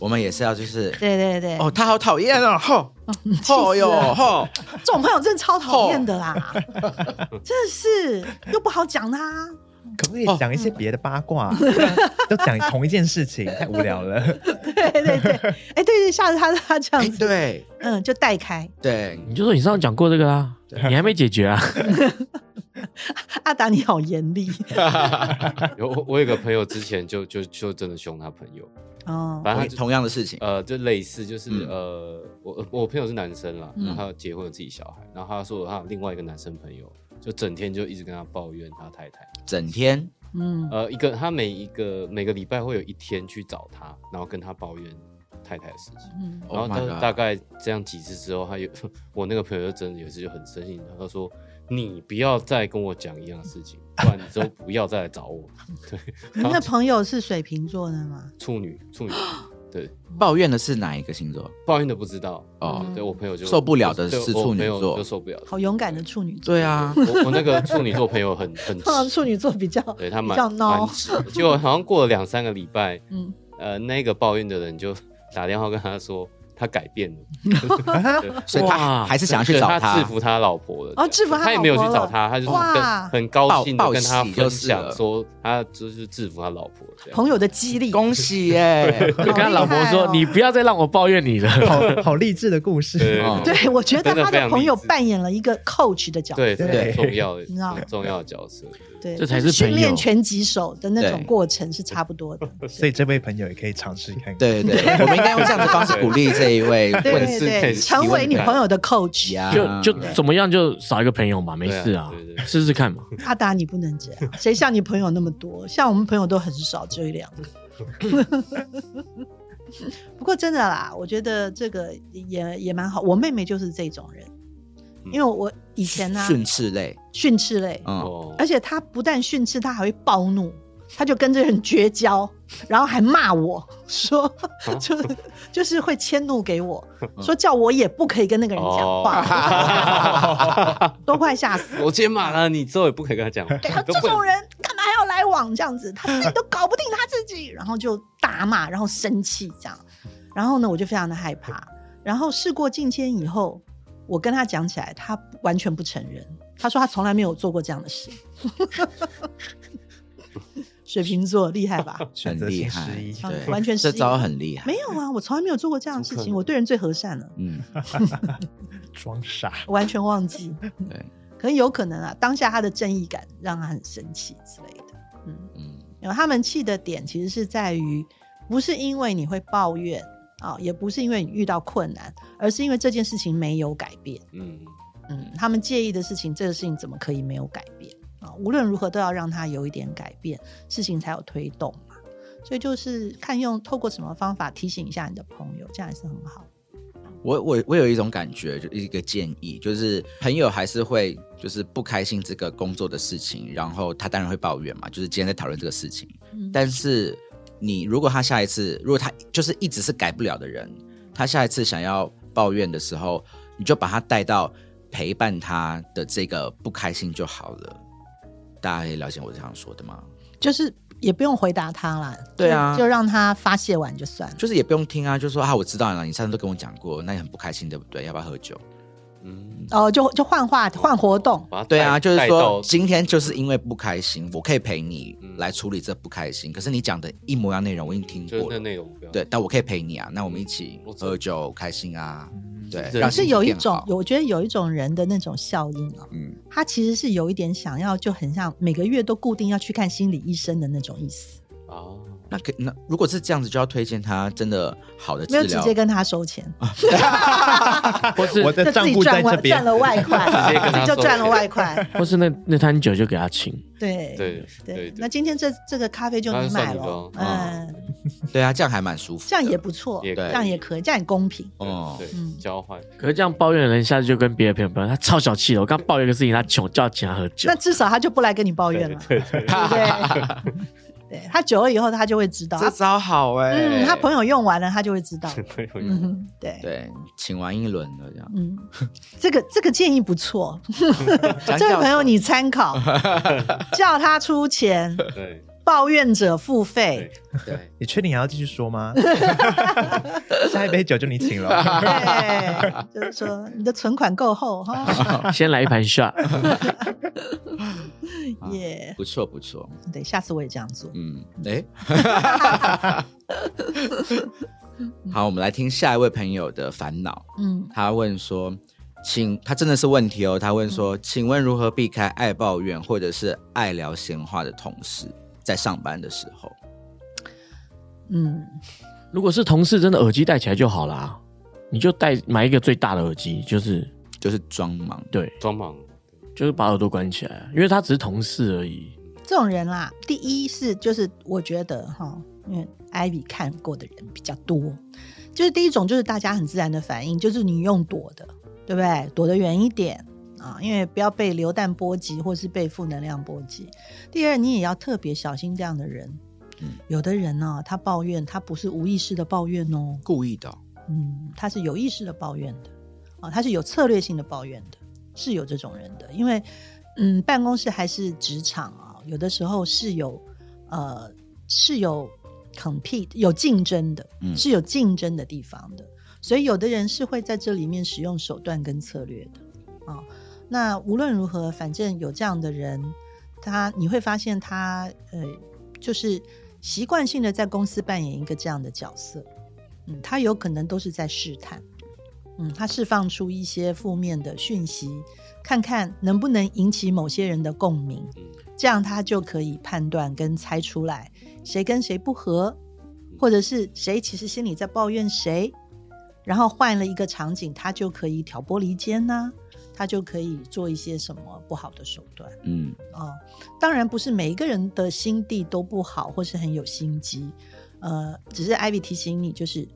Speaker 1: 我们也是要就是，
Speaker 4: 对对对，
Speaker 1: 哦，他好讨厌哦，吼，
Speaker 4: 气死
Speaker 1: 吼哟，
Speaker 4: 了
Speaker 1: 吼，
Speaker 4: 这种朋友真的超讨厌的啦，真的是又不好讲 他，
Speaker 3: 可不可以讲一
Speaker 4: 哦
Speaker 3: 些别的八卦啊？不然都讲同一件事情，太无聊 了。
Speaker 4: 对对对，哎、对对，下次他他这
Speaker 1: 哎
Speaker 4: 样，子，
Speaker 1: 对
Speaker 4: 嗯，就带开。
Speaker 1: 对，
Speaker 2: 你就说你上次讲过这个啦，你还没解决啊？
Speaker 4: 阿达，你好严厉
Speaker 5: 有我我有个朋友之前就就就真的凶他朋友，
Speaker 4: 哦，
Speaker 5: 反正他就
Speaker 1: 同样的事情，
Speaker 5: 呃，就类似就是、
Speaker 1: 嗯
Speaker 5: 呃，我我朋友是男生啦，
Speaker 4: 嗯
Speaker 5: 然后他结婚有自己小孩，然后他说他有另外一个男生朋友，就整天就一直跟他抱怨他太太，
Speaker 1: 整天
Speaker 4: 嗯，
Speaker 5: 呃，一个他每一个每个礼拜会有一天去找他，然后跟他抱怨太太的事情。
Speaker 4: 嗯
Speaker 5: 然后
Speaker 1: Oh
Speaker 5: 大
Speaker 1: my
Speaker 5: 大
Speaker 1: god！
Speaker 5: 概这样几次之后，他有 我那个朋友就真的有一次就很生气，他说：“你不要再跟我讲一样的事情，不然你之后不要再来找我。
Speaker 4: 您的朋友是水瓶座的吗”？
Speaker 5: 处女，处女，对，
Speaker 1: 抱怨的是哪一个星座？
Speaker 5: 抱怨的不知道
Speaker 1: 哦
Speaker 5: 对我朋友就
Speaker 1: 受不了的
Speaker 5: 对
Speaker 1: 是
Speaker 5: 我
Speaker 1: 处女
Speaker 5: 朋友
Speaker 1: 座
Speaker 5: 就受不了。
Speaker 4: 好勇敢的处女座，
Speaker 1: 对啊，
Speaker 5: 我我那个处女座朋友很 很
Speaker 4: 通常
Speaker 5: 直
Speaker 4: 处女座比较
Speaker 5: 对他
Speaker 4: 比
Speaker 5: 蛮
Speaker 4: 较
Speaker 5: 蛮
Speaker 4: 孬，
Speaker 5: 直的，结果好像过了两三个礼拜，
Speaker 4: 嗯，
Speaker 5: 呃，那个抱怨的人就 打电话跟他说他改变了，
Speaker 3: 啊
Speaker 1: 所以他
Speaker 2: 哇
Speaker 1: 还是想要去找
Speaker 5: 对他，
Speaker 1: 他
Speaker 5: 制。服他老婆了。
Speaker 4: 哦制服他
Speaker 5: 他也没有去
Speaker 4: 老婆了
Speaker 5: 找他，他就是跟
Speaker 4: 哇
Speaker 5: 很高兴的
Speaker 1: 报
Speaker 5: 跟他
Speaker 1: 报喜
Speaker 5: 分
Speaker 1: 就是了
Speaker 5: 享说他就是制服他老婆这样。
Speaker 4: 朋友的激励，
Speaker 1: 恭喜 耶！
Speaker 2: 就跟他老婆
Speaker 4: 好厉害
Speaker 2: 说，
Speaker 4: 哦
Speaker 2: 你不要再让我抱怨你了。
Speaker 3: 好好励志的故事
Speaker 5: 对，
Speaker 1: 哦
Speaker 4: 对我觉得
Speaker 5: 真的
Speaker 4: 他
Speaker 5: 非
Speaker 4: 的
Speaker 5: 常
Speaker 4: 朋友
Speaker 5: 励志
Speaker 4: 扮演了一个 coach 的角色，
Speaker 5: 对，
Speaker 3: 对
Speaker 5: 很重要的
Speaker 4: 你知道
Speaker 5: 很重要的角色。
Speaker 4: 对，
Speaker 2: 这才
Speaker 4: 就是
Speaker 2: 朋
Speaker 4: 训
Speaker 2: 友
Speaker 4: 练拳击手的那种
Speaker 1: 对
Speaker 4: 过程是差不多的，
Speaker 3: 所以这位朋友也可以尝试看看。
Speaker 1: 对对对，我们应该用这样的方式鼓励这一位
Speaker 4: 对
Speaker 1: 问
Speaker 4: 对
Speaker 5: 是可
Speaker 4: 对，
Speaker 5: 以
Speaker 4: 成为你朋友的 coach
Speaker 1: 呀，
Speaker 2: 就就怎么样，就少一个朋友嘛，没事啊
Speaker 5: 对啊对，对
Speaker 2: 试试看 嘛。
Speaker 4: 阿达，你不能这样，谁像你朋友那么多？像我们朋友都很少，只有一两个。 不过真的啦，我觉得这个也也蛮好。我妹妹就是这种人，因为我以前啊
Speaker 1: 嗯
Speaker 4: 呢、
Speaker 1: 训斥类，
Speaker 4: 训斥类，
Speaker 1: 嗯，
Speaker 5: 哦
Speaker 4: 而且她不但训斥，她还会暴怒，她就跟这个人绝交，然后还骂我说，
Speaker 1: 啊
Speaker 4: 就是就是会迁怒给我，
Speaker 1: 嗯
Speaker 4: 说叫我也不可以跟那个人讲
Speaker 1: 哦
Speaker 4: 话，都快吓死了。
Speaker 5: 哦 我今天骂了你之后也不可以跟他讲话，
Speaker 4: 对啊，
Speaker 5: 都
Speaker 4: 这
Speaker 5: 不能
Speaker 4: 种人干嘛还要来往这样子？他自己都搞不定他自己，然后就大骂，然后生气这样。然后呢，我就非常的害怕。然后事过境迁以后，我跟他讲起来，他完全不承认。他说他从来没有做过这样的事。 水瓶座厉害吧？
Speaker 3: 选
Speaker 1: 很
Speaker 3: 择
Speaker 1: 厉
Speaker 3: 性
Speaker 1: 害
Speaker 3: 失忆，，
Speaker 1: 对，
Speaker 4: 完全失
Speaker 1: 这
Speaker 4: 忆
Speaker 1: 招很厉害。
Speaker 4: 没有啊，我从来没有做过这样的事
Speaker 5: 怎么可
Speaker 4: 情。
Speaker 5: 能
Speaker 4: 我对人最和善了，
Speaker 1: 嗯，
Speaker 3: 装傻。
Speaker 4: 我完全忘记。
Speaker 1: 对，
Speaker 4: 可能有可能啊，当下他的正义感让他很生气之类的。嗯。
Speaker 1: 嗯，
Speaker 4: 然后他们气的点其实是在于，不是因为你会抱怨啊、也不是因为你遇到困难，而是因为这件事情没有改变。
Speaker 5: 嗯，
Speaker 4: 嗯，他们介意的事情，这个事情怎么可以没有改变啊、无论如何都要让它有一点改变，事情才有推动嘛。所以就是看用透过什么方法提醒一下你的朋友，这样也是很好。
Speaker 1: 我我我有一种感觉，就一个建议，就是朋友还是会就是不开心这个工作的事情，然后他当然会抱怨嘛，就是今天在讨论这个事情，
Speaker 4: 嗯
Speaker 1: 但是你如果他下一次，如果他就是一直是改不了的人，他下一次想要抱怨的时候，你就把他带到陪伴他的这个不开心就好了。大家可以了解我这样说的吗？
Speaker 4: 就是也不用回答他啦，
Speaker 1: 对啊
Speaker 4: 就就让他发泄完就算了。
Speaker 1: 就是也不用听啊，就说啊，我知道了，你上次都跟我讲过，那你很不开心，对不对？要不要喝酒？
Speaker 5: 嗯，
Speaker 4: 哦，就就换话换活动，
Speaker 5: 把它
Speaker 1: 对啊，
Speaker 5: 带
Speaker 1: 就是
Speaker 5: 带
Speaker 1: 说
Speaker 5: 到
Speaker 1: 今天就是因为不开心，我可以陪你
Speaker 5: 嗯
Speaker 1: 来处理这不开心。可是你讲的一模一样内容，我已经
Speaker 5: 就
Speaker 1: 听
Speaker 5: 是
Speaker 1: 过
Speaker 5: 那
Speaker 1: 了。
Speaker 5: 内容不要
Speaker 1: 对，但我可以陪你啊，那我们一起
Speaker 5: 我知道
Speaker 1: 喝酒开心啊，对，
Speaker 5: 是
Speaker 1: 让心
Speaker 4: 可嗯是
Speaker 1: 情
Speaker 4: 有一
Speaker 1: 变
Speaker 4: 种
Speaker 1: 好，
Speaker 4: 有我觉得有一种人的那种效应哦，
Speaker 1: 嗯，
Speaker 4: 他其实是有一点想要，就很像每个月都固定要去看心理医生的那种意思，
Speaker 5: 哦，
Speaker 1: 那可那如果是这样子，就要推荐他真的好的
Speaker 4: 没
Speaker 1: 治
Speaker 4: 有直
Speaker 1: 疗
Speaker 4: 接，跟他收钱，
Speaker 2: 或是
Speaker 3: 我的
Speaker 4: 就自
Speaker 3: 账
Speaker 4: 己
Speaker 3: 户在
Speaker 4: 赚
Speaker 3: 这
Speaker 4: 了
Speaker 3: 边
Speaker 4: 赚，了外
Speaker 5: 直接
Speaker 4: 快，
Speaker 5: 跟
Speaker 4: 就
Speaker 5: 他收
Speaker 4: 赚了
Speaker 5: 钱
Speaker 4: 外快，
Speaker 2: 或是那那摊酒就给他请，
Speaker 4: 对
Speaker 5: 对对，
Speaker 4: 那今天这这个咖啡就
Speaker 5: 那
Speaker 4: 你
Speaker 5: 就
Speaker 4: 买
Speaker 5: 算你
Speaker 4: 了
Speaker 5: 咯，
Speaker 4: 嗯，
Speaker 1: 对啊，这样还蛮舒服的，
Speaker 4: 这 样也不错，
Speaker 5: 也
Speaker 4: 这样也可以，这样很公平。
Speaker 1: 哦
Speaker 5: 哦，对
Speaker 4: 嗯
Speaker 5: 交换，
Speaker 2: 可是这样抱怨的人，下次就跟别的朋友抱怨，他超小气的。我刚抱怨一个事情，他穷，叫他请他喝酒
Speaker 4: 那。至少他就不来跟你抱怨
Speaker 5: 对
Speaker 4: 了，
Speaker 5: 对对，
Speaker 4: 对不对？ 对他久了以后，他就会知道。
Speaker 1: 这
Speaker 4: 他
Speaker 1: 招好哎、
Speaker 4: 嗯，他朋友用完了，他就会知道。
Speaker 5: 对对
Speaker 4: 嗯哼，对，
Speaker 1: 对，请完一轮了这样。
Speaker 4: 嗯，这个这个建议不错，
Speaker 1: 讲
Speaker 4: 哦这位
Speaker 1: 讲
Speaker 4: 朋友你参考，叫他出钱，
Speaker 5: 对
Speaker 4: 抱怨者付费。
Speaker 1: 对，
Speaker 3: 你确定还要继续 说吗？ 下一杯酒就你请了。
Speaker 4: 对，就是说你的存款够厚哈，
Speaker 2: 先来一盘 shot，
Speaker 4: 耶！
Speaker 1: 不错不错，
Speaker 4: 对，下次我也这样做。
Speaker 1: 嗯， 哎、好，我们来听下一位朋友的烦恼。
Speaker 4: 嗯，
Speaker 1: 他问说，请他真的是问题哦。他问说，
Speaker 4: 嗯
Speaker 1: 请问如何避开爱抱怨或者是爱聊闲话的同事，在上班的时候？
Speaker 4: 嗯，
Speaker 2: 如果是同事，真的耳机戴起来就好啦，你就戴买一个最大的耳机，就是
Speaker 1: 就是装忙，
Speaker 2: 对，
Speaker 5: 装忙，
Speaker 2: 就是把耳朵关起来，啊因为他只是同事而已。
Speaker 4: 这种人啦，第一是就是我觉得哈，因为 Ivy 看过的人比较多，就是第一种就是大家很自然的反应，就是你用躲的，对不对？躲得远一点啊，因为不要被流弹波及或是被负能量波及。第二，你也要特别小心这样的人。
Speaker 1: 嗯
Speaker 4: 有的人呢、他抱怨，他不是无意识的抱怨哦，
Speaker 1: 故意的哦、
Speaker 4: 嗯，他是有意识的抱怨的，啊，他是有策略性的抱怨的，是有这种人的，因为嗯，办公室还是职场啊，有的时候是有呃是有 compete 有竞争的，
Speaker 1: 嗯
Speaker 4: 是有竞争的地方的，所以有的人是会在这里面使用手段跟策略的啊。那无论如何，反正有这样的人，他你会发现他呃，就是习惯性的在公司扮演一个这样的角色，嗯，他有可能都是在试探，嗯，他释放出一些负面的讯息，看看能不能引起某些人的共鸣，
Speaker 5: 嗯，
Speaker 4: 这样他就可以判断跟猜出来谁跟谁不合，或者是谁其实心里在抱怨谁，然后换了一个场景，他就可以挑拨离间呐、他就可以做一些什么不好的手段。
Speaker 1: 嗯，
Speaker 4: 哦，当然不是每一个人的心地都不好，或是很有心机。呃，只是艾比提醒你，就是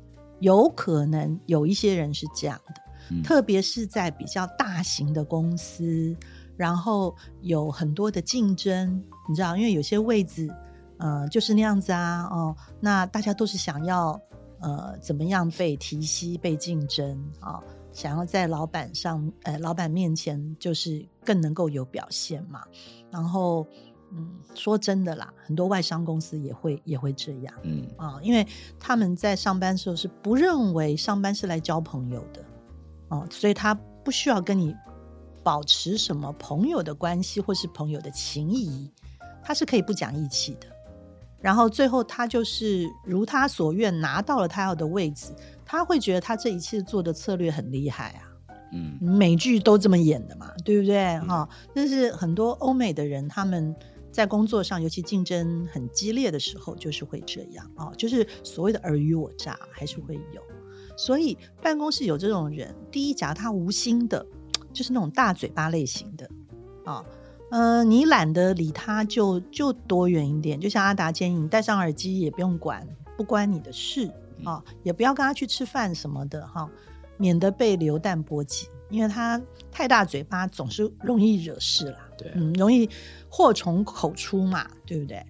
Speaker 4: 有可能有一些人是这样的，
Speaker 1: 嗯
Speaker 4: 特别是在比较大型的公司，然后有很多的竞争，你知道，因为有些位置，呃，就是那样子啊，哦，那大家都是想要呃怎么样被提携、被竞争啊、哦想要在老板上，呃，老板面前就是更能够有表现嘛。然后，嗯，说真的啦，很多外商公司也会也会这样
Speaker 1: 嗯，
Speaker 4: 啊、因为他们在上班时候是不认为上班是来交朋友的哦、所以他不需要跟你保持什么朋友的关系或是朋友的情谊，他是可以不讲义气的。然后最后他就是如他所愿拿到了他要的位置，他会觉得他这一切做的策略很厉害啊。
Speaker 1: 嗯，
Speaker 4: 美剧都这么演的嘛，对不对？哈、但是很多欧美的人他们在工作上，尤其竞争很激烈的时候，就是会这样哦，就是所谓的尔虞我诈还是会有。所以办公室有这种人，第一，假如他无心的，就是那种大嘴巴类型的啊。呃，你懒得理他就，就多远一点。就像阿达建议，你戴上耳机也不用管，不关你的事啊、也不要跟他去吃饭什么的哈、免得被流弹波及，因为他太大嘴巴总是容易惹事啦，
Speaker 1: 对，啊
Speaker 4: 嗯，容易祸从口出嘛，对不对？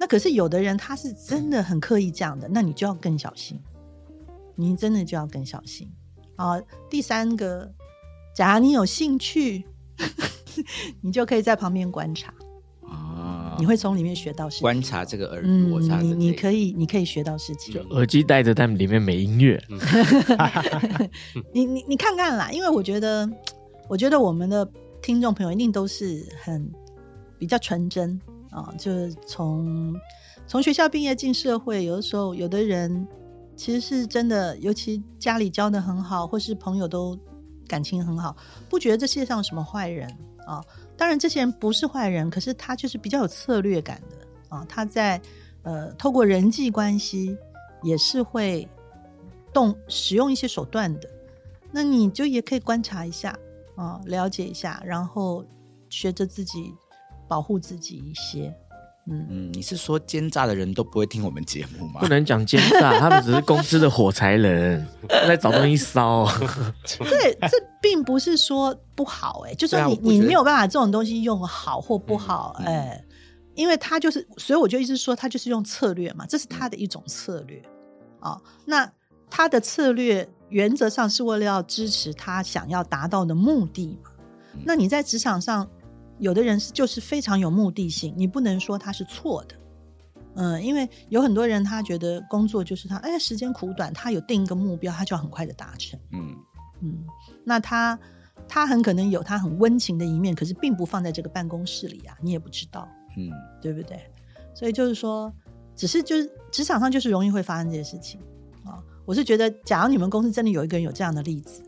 Speaker 4: 那可是有的人他是真的很刻意这样的，那你就要更小心，你真的就要更小心啊。第三个，假如你有兴趣， 你就可以在旁边观察，
Speaker 1: 啊，
Speaker 4: 嗯你会从里面学到事情。
Speaker 1: 观察这个耳
Speaker 4: 嗯，
Speaker 1: 我察
Speaker 4: 你你可
Speaker 1: 以，
Speaker 4: 以你可以学到事情，
Speaker 5: 嗯
Speaker 2: 耳机戴着，但里面没音乐。
Speaker 4: 你你你看看啦，因为我觉得我觉得我们的听众朋友一定都是很比较纯真啊、就是从从学校毕业进社会，有的时候有的人其实是真的，尤其家里教的很好，或是朋友都感情很好，不觉得这世界上有什么坏人啊、当然，这些人不是坏人，可是他就是比较有策略感的啊、他在呃透过人际关系也是会动使用一些手段的。那你就也可以观察一下啊、了解一下，然后学着自己保护自己一些。嗯，
Speaker 1: 嗯，你是说奸诈的人都不会听我们节目吗
Speaker 2: 不？能讲奸诈，他们只是公司的火柴人，在找东西烧。
Speaker 4: 这这并不是说不好哎、就是
Speaker 1: 对啊
Speaker 4: 说你、
Speaker 1: 我不
Speaker 4: 你
Speaker 1: 觉得
Speaker 4: 没有办法这种东西用好或不好哎、
Speaker 1: 嗯嗯
Speaker 4: 因为他就是，所以我就一直说他就是用策略嘛，这是他的一种策略啊、哦那他的策略原则上是为了要支持他想要达到的目的嘛。
Speaker 1: 嗯
Speaker 4: 那你在职场上，有的人是就是非常有目的性，你不能说他是错的。嗯，因为有很多人他觉得工作就是他，哎，时间苦短，他有定一个目标，他就要很快的达成。
Speaker 1: 嗯，
Speaker 4: 嗯，那他他很可能有他很温情的一面，可是并不放在这个办公室里啊，你也不知道，
Speaker 1: 嗯，
Speaker 4: 对不对？所以就是说，只是就是职场上就是容易会发生这些事情啊、我是觉得，假如你们公司真的有一个人有这样的例子，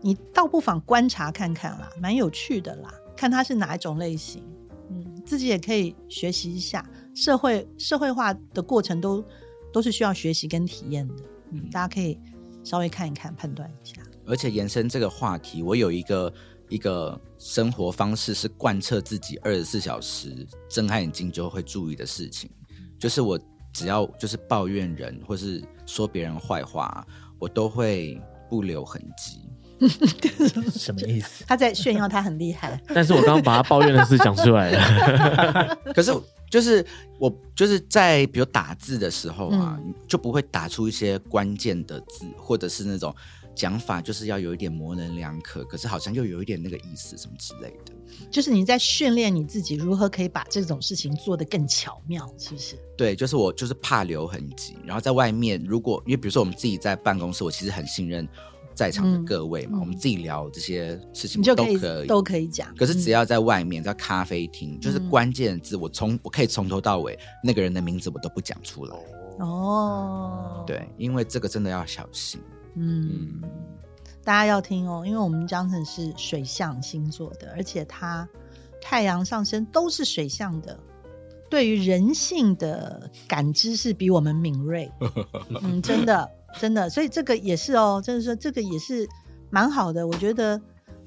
Speaker 4: 你倒不妨观察看看啦，蛮有趣的啦，看他是哪一种类型，嗯，自己也可以学习一下。社会社会化的过程都都是需要学习跟体验的，嗯，大家可以稍微看一看，判断一下。
Speaker 1: 而且延伸这个话题，我有一个一个生活方式是贯彻自己二十四小时睁开眼睛就会注意的事情，就是我只要就是抱怨人或是说别人坏话，我都会不留痕迹。
Speaker 3: 什么意思？
Speaker 4: 他在炫耀他很厉害，
Speaker 2: 但是我刚刚把他抱怨的事讲出来了，
Speaker 1: 可是就是我就是在比如打字的时候啊，你就不会打出一些关键的字，或者是那种讲法就是要有一点模棱两可，可是好像又有一点那个意思什么之类的。
Speaker 4: 就是你在训练你自己如何可以把这种事情做得更巧妙，是不是？
Speaker 1: 对，就是我就是怕留痕迹，然后在外面如果因为比如说我们自己在办公室，我其实很信任在场的
Speaker 4: 嗯
Speaker 1: 各位嘛，
Speaker 4: 嗯
Speaker 1: 我们自己聊这些事情
Speaker 4: 你就
Speaker 1: 都
Speaker 4: 可以
Speaker 1: 可以，
Speaker 4: 都可以讲。
Speaker 1: 可是只
Speaker 4: 嗯、
Speaker 1: 要在外面，在咖啡厅，就是
Speaker 4: 嗯
Speaker 1: 关键字，我从我可以从头到尾那个人的名字我都不讲出来。
Speaker 5: 哦，
Speaker 4: 嗯哦，
Speaker 1: 对，因为这个真的要小心。
Speaker 4: 嗯，大家要听哦，因为我们张晨是水象星座的，而且他太阳上升都是水象的，对于人性的感知是比我们敏锐。嗯，真的，真的，所以这个也是哦，就是说这个也是蛮好的，我觉得，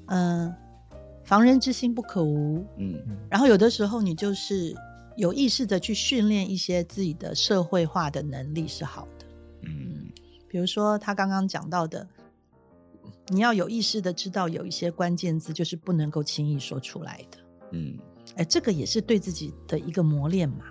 Speaker 4: 嗯、防人之心不可无。
Speaker 1: 嗯
Speaker 4: 然后有的时候你就是有意识的去训练一些自己的社会化的能力是好的。
Speaker 1: 嗯
Speaker 4: 比如说他刚刚讲到的，你要有意识的知道有一些关键字就是不能够轻易说出来的，
Speaker 1: 嗯
Speaker 4: 哎，这个也是对自己的一个磨练嘛。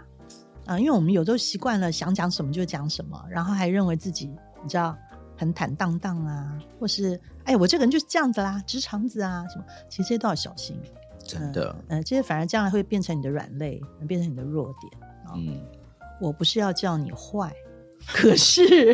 Speaker 4: 啊、因为我们有时候习惯了想讲什么就讲什么，然后还认为自己你知道很坦荡荡啊，或是哎我这个人就是这样子啦，直肠子啊什么，其实这些都要小心。
Speaker 1: 真的，
Speaker 4: 呃，呃这些反而将来会变成你的软肋，变成你的弱点。
Speaker 1: 嗯
Speaker 4: 我不是要叫你坏，可是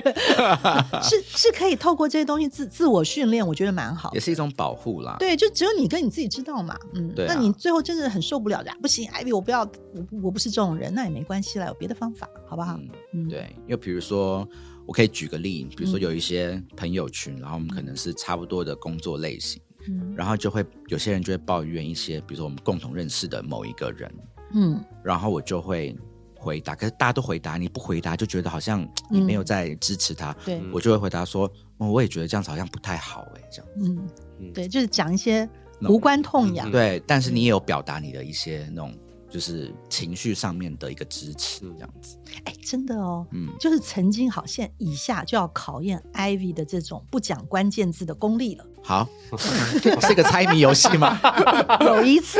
Speaker 4: 是是可以透过这些东西自自我训练，我觉得蛮好
Speaker 1: 也。是一种保护啦。
Speaker 4: 对，就只有你跟你自己知道嘛，嗯，
Speaker 1: 对啊
Speaker 4: 那你最后真的很受不了的，啊不行，艾比，我不要，我不我不是这种人，那也没关系啦，有别的方法，好不好？
Speaker 1: 嗯，
Speaker 4: 嗯，
Speaker 1: 对，因为比如说，我可以举个例，比如说
Speaker 4: 嗯
Speaker 1: 有一些朋友群，然后我们可能是差不多的工作类型，
Speaker 4: 嗯，
Speaker 1: 然后就会有些人就会抱怨一些，比如说我们共同认识的某一个人，
Speaker 4: 嗯，
Speaker 1: 然后我就会回答，可是大家都回答，你不回答就觉得好像你没有在支持他，
Speaker 4: 嗯对，
Speaker 5: 嗯
Speaker 1: 我就会回答说，哦，我也觉得这样子好像不太好哎、这样。
Speaker 4: 嗯，
Speaker 5: 嗯
Speaker 4: 对，就是讲一些
Speaker 1: 那
Speaker 4: 无关痛痒，
Speaker 5: 嗯
Speaker 1: 对，但是你也有表达你的一些那种就是情绪上面的一个支持，
Speaker 5: 嗯
Speaker 1: 这样子。
Speaker 4: 哎、真的哦，
Speaker 1: 嗯，
Speaker 4: 就是曾经好，现在以下就要考验 Ivy 的这种不讲关键字的功力了。
Speaker 1: 好，是一个猜谜游戏吗？
Speaker 4: 有一次，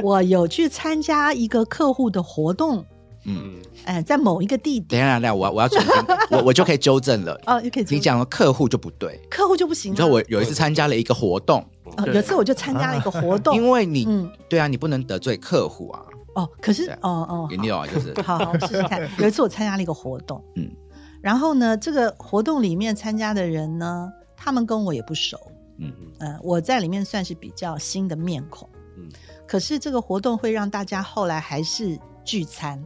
Speaker 4: 我有去参加一个客户的活动，
Speaker 1: 嗯，
Speaker 5: 嗯，
Speaker 4: 哎、在某一个地点，
Speaker 1: 等一下，等一下，我要我要重 新，我我就可以纠正了。
Speaker 4: 哦，又可以
Speaker 1: 你讲了客户就不对。
Speaker 4: 客户就不行、啊。
Speaker 1: 你知道我有一次参加了一个活动，
Speaker 4: 哦、有一次我就参加了一个活动，
Speaker 1: 啊因为你、
Speaker 4: 嗯
Speaker 1: 对啊，你不能得罪客户啊，
Speaker 4: 哦，可是
Speaker 1: 对啊
Speaker 4: 哦哦，
Speaker 1: 你懂啊？就是
Speaker 4: 好好好试试看。有一次我参加了一个活动，
Speaker 1: 嗯
Speaker 4: 嗯，然后呢，这个活动里面参加的人呢，他们跟我也不熟，
Speaker 1: 嗯
Speaker 5: 嗯
Speaker 4: 呃，我在里面算是比较新的面孔，
Speaker 5: 嗯
Speaker 4: 可是这个活动会让大家后来还是聚餐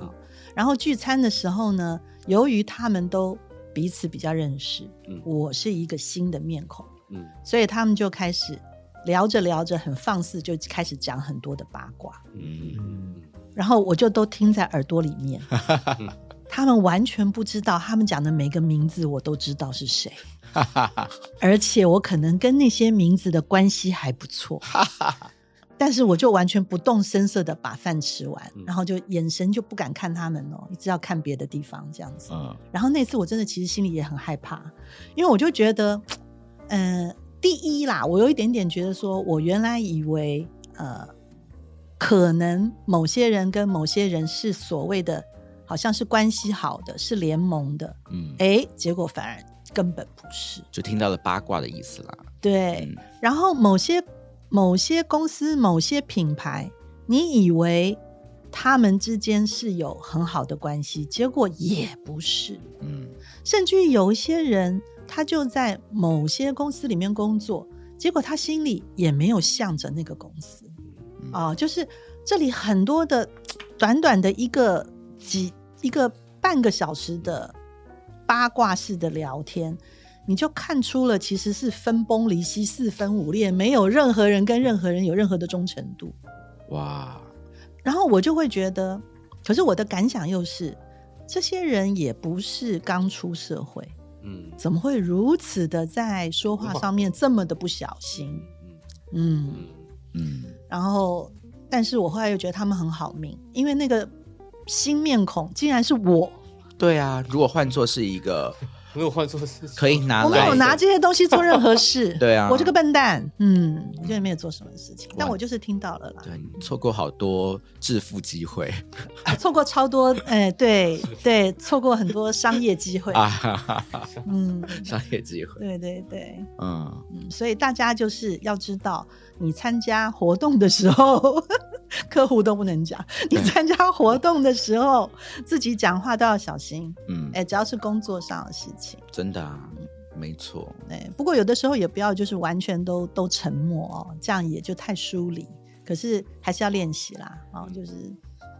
Speaker 4: 啊、然后聚餐的时候呢，由于他们都彼此比较认识，
Speaker 5: 嗯
Speaker 4: 我是一个新的面孔，
Speaker 5: 嗯
Speaker 4: 所以他们就开始聊着聊着很放肆，就开始讲很多的八卦，
Speaker 5: 嗯嗯
Speaker 4: 然后我就都听在耳朵里面。他们完全不知道，他们讲的每个名字我都知道是谁，而且我可能跟那些名字的关系还不错，但是我就完全不动声色的把饭吃完，
Speaker 5: 嗯
Speaker 4: 然后就眼神就不敢看他们哦，一直要看别的地方这样子。
Speaker 1: 嗯
Speaker 4: 然后那次我真的其实心里也很害怕，因为我就觉得，呃，第一啦，我有一点点觉得说，我原来以为呃，可能某些人跟某些人是所谓的好像是关系好的，是联盟的，
Speaker 1: 嗯，
Speaker 4: 诶，结果反而根本不是。
Speaker 1: 就听到了八卦的意思啦。
Speaker 4: 对，
Speaker 1: 嗯
Speaker 4: 然后某些某些公司、某些品牌，你以为他们之间是有很好的关系，结果也不是。
Speaker 1: 嗯
Speaker 4: 甚至于有一些人，他就在某些公司里面工作，结果他心里也没有向着那个公司
Speaker 1: 嗯
Speaker 4: 啊、就是这里很多的短短的一个几一个半个小时的八卦式的聊天。你就看出了，其实是分崩离析、四分五裂，没有任何人跟任何人有任何的忠诚度。
Speaker 1: 哇，
Speaker 4: 然后我就会觉得，可是我的感想又是，这些人也不是刚出社会，
Speaker 5: 嗯
Speaker 4: 怎么会如此的在说话上面这么的不小心？
Speaker 5: 嗯
Speaker 4: 嗯，
Speaker 5: 嗯
Speaker 1: 嗯
Speaker 4: 然后，但是我后来又觉得他们很好命，因为那个新面孔竟然是我，
Speaker 1: 对啊，如果换做是一 个
Speaker 5: 如果换做是
Speaker 1: 可以拿
Speaker 4: 我没
Speaker 1: 啊来，。
Speaker 4: 有拿这些东西做任何事
Speaker 1: 对啊
Speaker 4: 我这个笨蛋，嗯，我觉得没有做什么事情，但我就是听到了啦，
Speaker 1: 对你错过好多致富机会
Speaker 4: 我错过超多，哎，对对，错过很多商业机会，
Speaker 1: 啊，哈哈哈
Speaker 4: 嗯，
Speaker 1: 商业机会，
Speaker 4: 对对对。
Speaker 1: 嗯，
Speaker 4: 嗯，所以大家就是要知道，你参加活动的时候， 客户都不能讲。你参加活动的时候，自己讲话都要小心。
Speaker 1: 嗯，
Speaker 4: 哎、只要是工作上的事情，
Speaker 1: 真的啊，没错，
Speaker 4: 对。不过有的时候也不要就是完全都都沉默哦，这样也就太疏离。可是还是要练习啦，哦，就是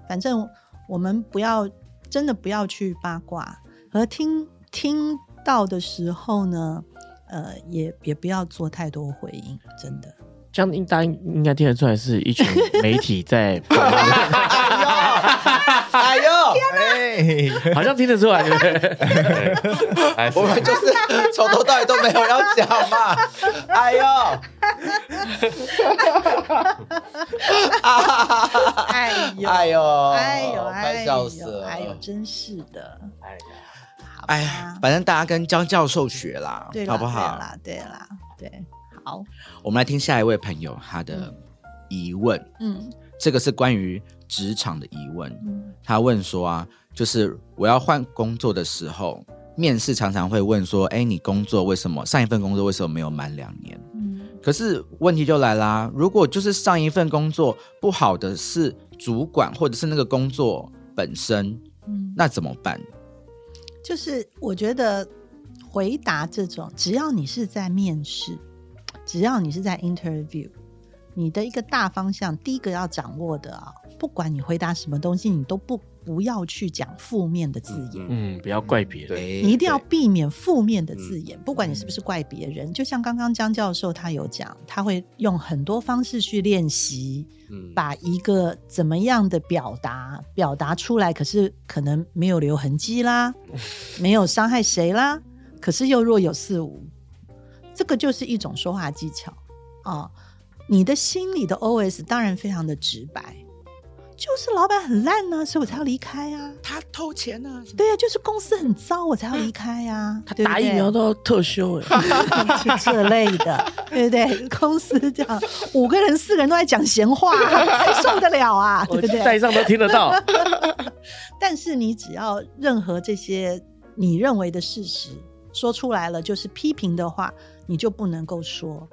Speaker 4: 反正我们不要真的不要去八卦，而听听到的时候呢，呃，也也不要做太多回应，真的。
Speaker 2: 这样应大家应该听得出来是一群媒体在，
Speaker 1: 哎呦，
Speaker 3: 哎，
Speaker 2: 好像听得出来，对不对？
Speaker 5: 还是
Speaker 1: 我们就是从头到尾都没有要讲 嘛，哎呦，
Speaker 4: 哎呦，
Speaker 1: 哎呦，
Speaker 4: 哎呦，
Speaker 1: 快
Speaker 4: 哎
Speaker 1: 笑死了，
Speaker 4: 哎呦，真是的，
Speaker 5: 哎呀
Speaker 4: 好吧
Speaker 1: 哎呀，反正大家跟江教授学啦，
Speaker 4: 对啦
Speaker 1: 好不好？
Speaker 4: 对啦，对啦，对，好，
Speaker 1: 我们来听下一位朋友他的疑问，
Speaker 4: 嗯
Speaker 1: 这个是关于职场的疑问。
Speaker 4: 嗯
Speaker 1: 他问说啊，就是我要换工作的时候，面试常常会问说，哎，你工作为什么上一份工作为什么没有满两年？
Speaker 4: 嗯
Speaker 1: 可是问题就来啦，如果就是上一份工作不好的是主管或者是那个工作本身，
Speaker 4: 嗯，
Speaker 1: 那怎么办？
Speaker 4: 就是我觉得回答这种，只要你是在面试，只要你是在 interview，你的一个大方向，第一个要掌握的啊、不管你回答什么东西，你都不不要去讲负面的字眼。
Speaker 5: 嗯
Speaker 2: 嗯，不要怪别人。
Speaker 5: 对
Speaker 1: 哎
Speaker 4: 你一定要
Speaker 5: 对
Speaker 4: 避免负面的字眼，不管你是不是怪别人。就像刚刚江教授他有讲，他会用很多方式去练习，
Speaker 5: 嗯
Speaker 4: 把一个怎么样的表达表达出来，可是可能没有留痕迹啦，没有伤害谁啦，可是又若有似无，这个就是一种说话技巧啊、你的心里的 OS 当然非常的直白，就是老板很烂呢、所以我才要离开啊。
Speaker 1: 他偷钱呢、
Speaker 4: 对啊，就是公司很糟，我才要离开呀、啊。
Speaker 2: 嗯
Speaker 4: 对不
Speaker 2: 打疫苗
Speaker 4: 对
Speaker 2: 都要特休哎，
Speaker 4: 是 这类的，对不对？公司这样，五个人四个人都在讲闲话、谁受得了啊？对
Speaker 2: 我
Speaker 4: 不
Speaker 2: 带
Speaker 4: 对？
Speaker 2: 上都听得到。
Speaker 4: 但是你只要任何这些你认为的事实说出来了，就是批评的话，你就不能够说。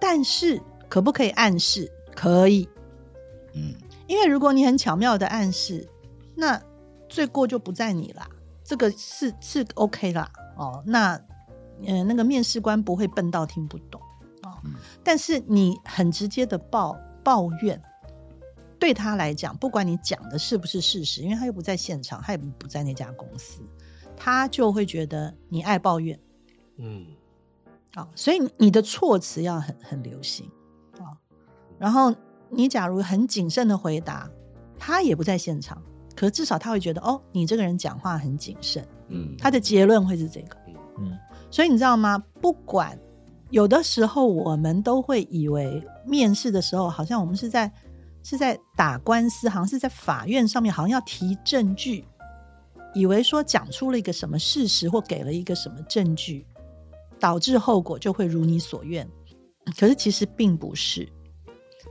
Speaker 4: 但是可不可以暗示？可以，
Speaker 1: 嗯，
Speaker 4: 因为如果你很巧妙的暗示，那罪过就不在你啦，这个是是 OK 啦。哦，那呃，那个面试官不会笨到听不懂。哦
Speaker 1: 嗯
Speaker 4: 但是你很直接的抱抱怨，对他来讲，不管你讲的是不是事实，因为他又不在现场，他也不在那家公司，他就会觉得你爱抱怨
Speaker 5: 嗯，
Speaker 4: 啊、哦所以你你的措辞要很很流行啊、哦然后你假如很谨慎的回答，他也不在现场，可至少他会觉得哦，你这个人讲话很谨慎，
Speaker 1: 嗯，
Speaker 4: 他的结论会是这个。
Speaker 3: 嗯，
Speaker 4: 所以你知道吗？不管有的时候，我们都会以为面试的时候，好像我们是在是在打官司，好像是在法院上面，好像要提证据，以为说讲出了一个什么事实或给了一个什么证据，导致后果就会如你所愿。可是其实并不是，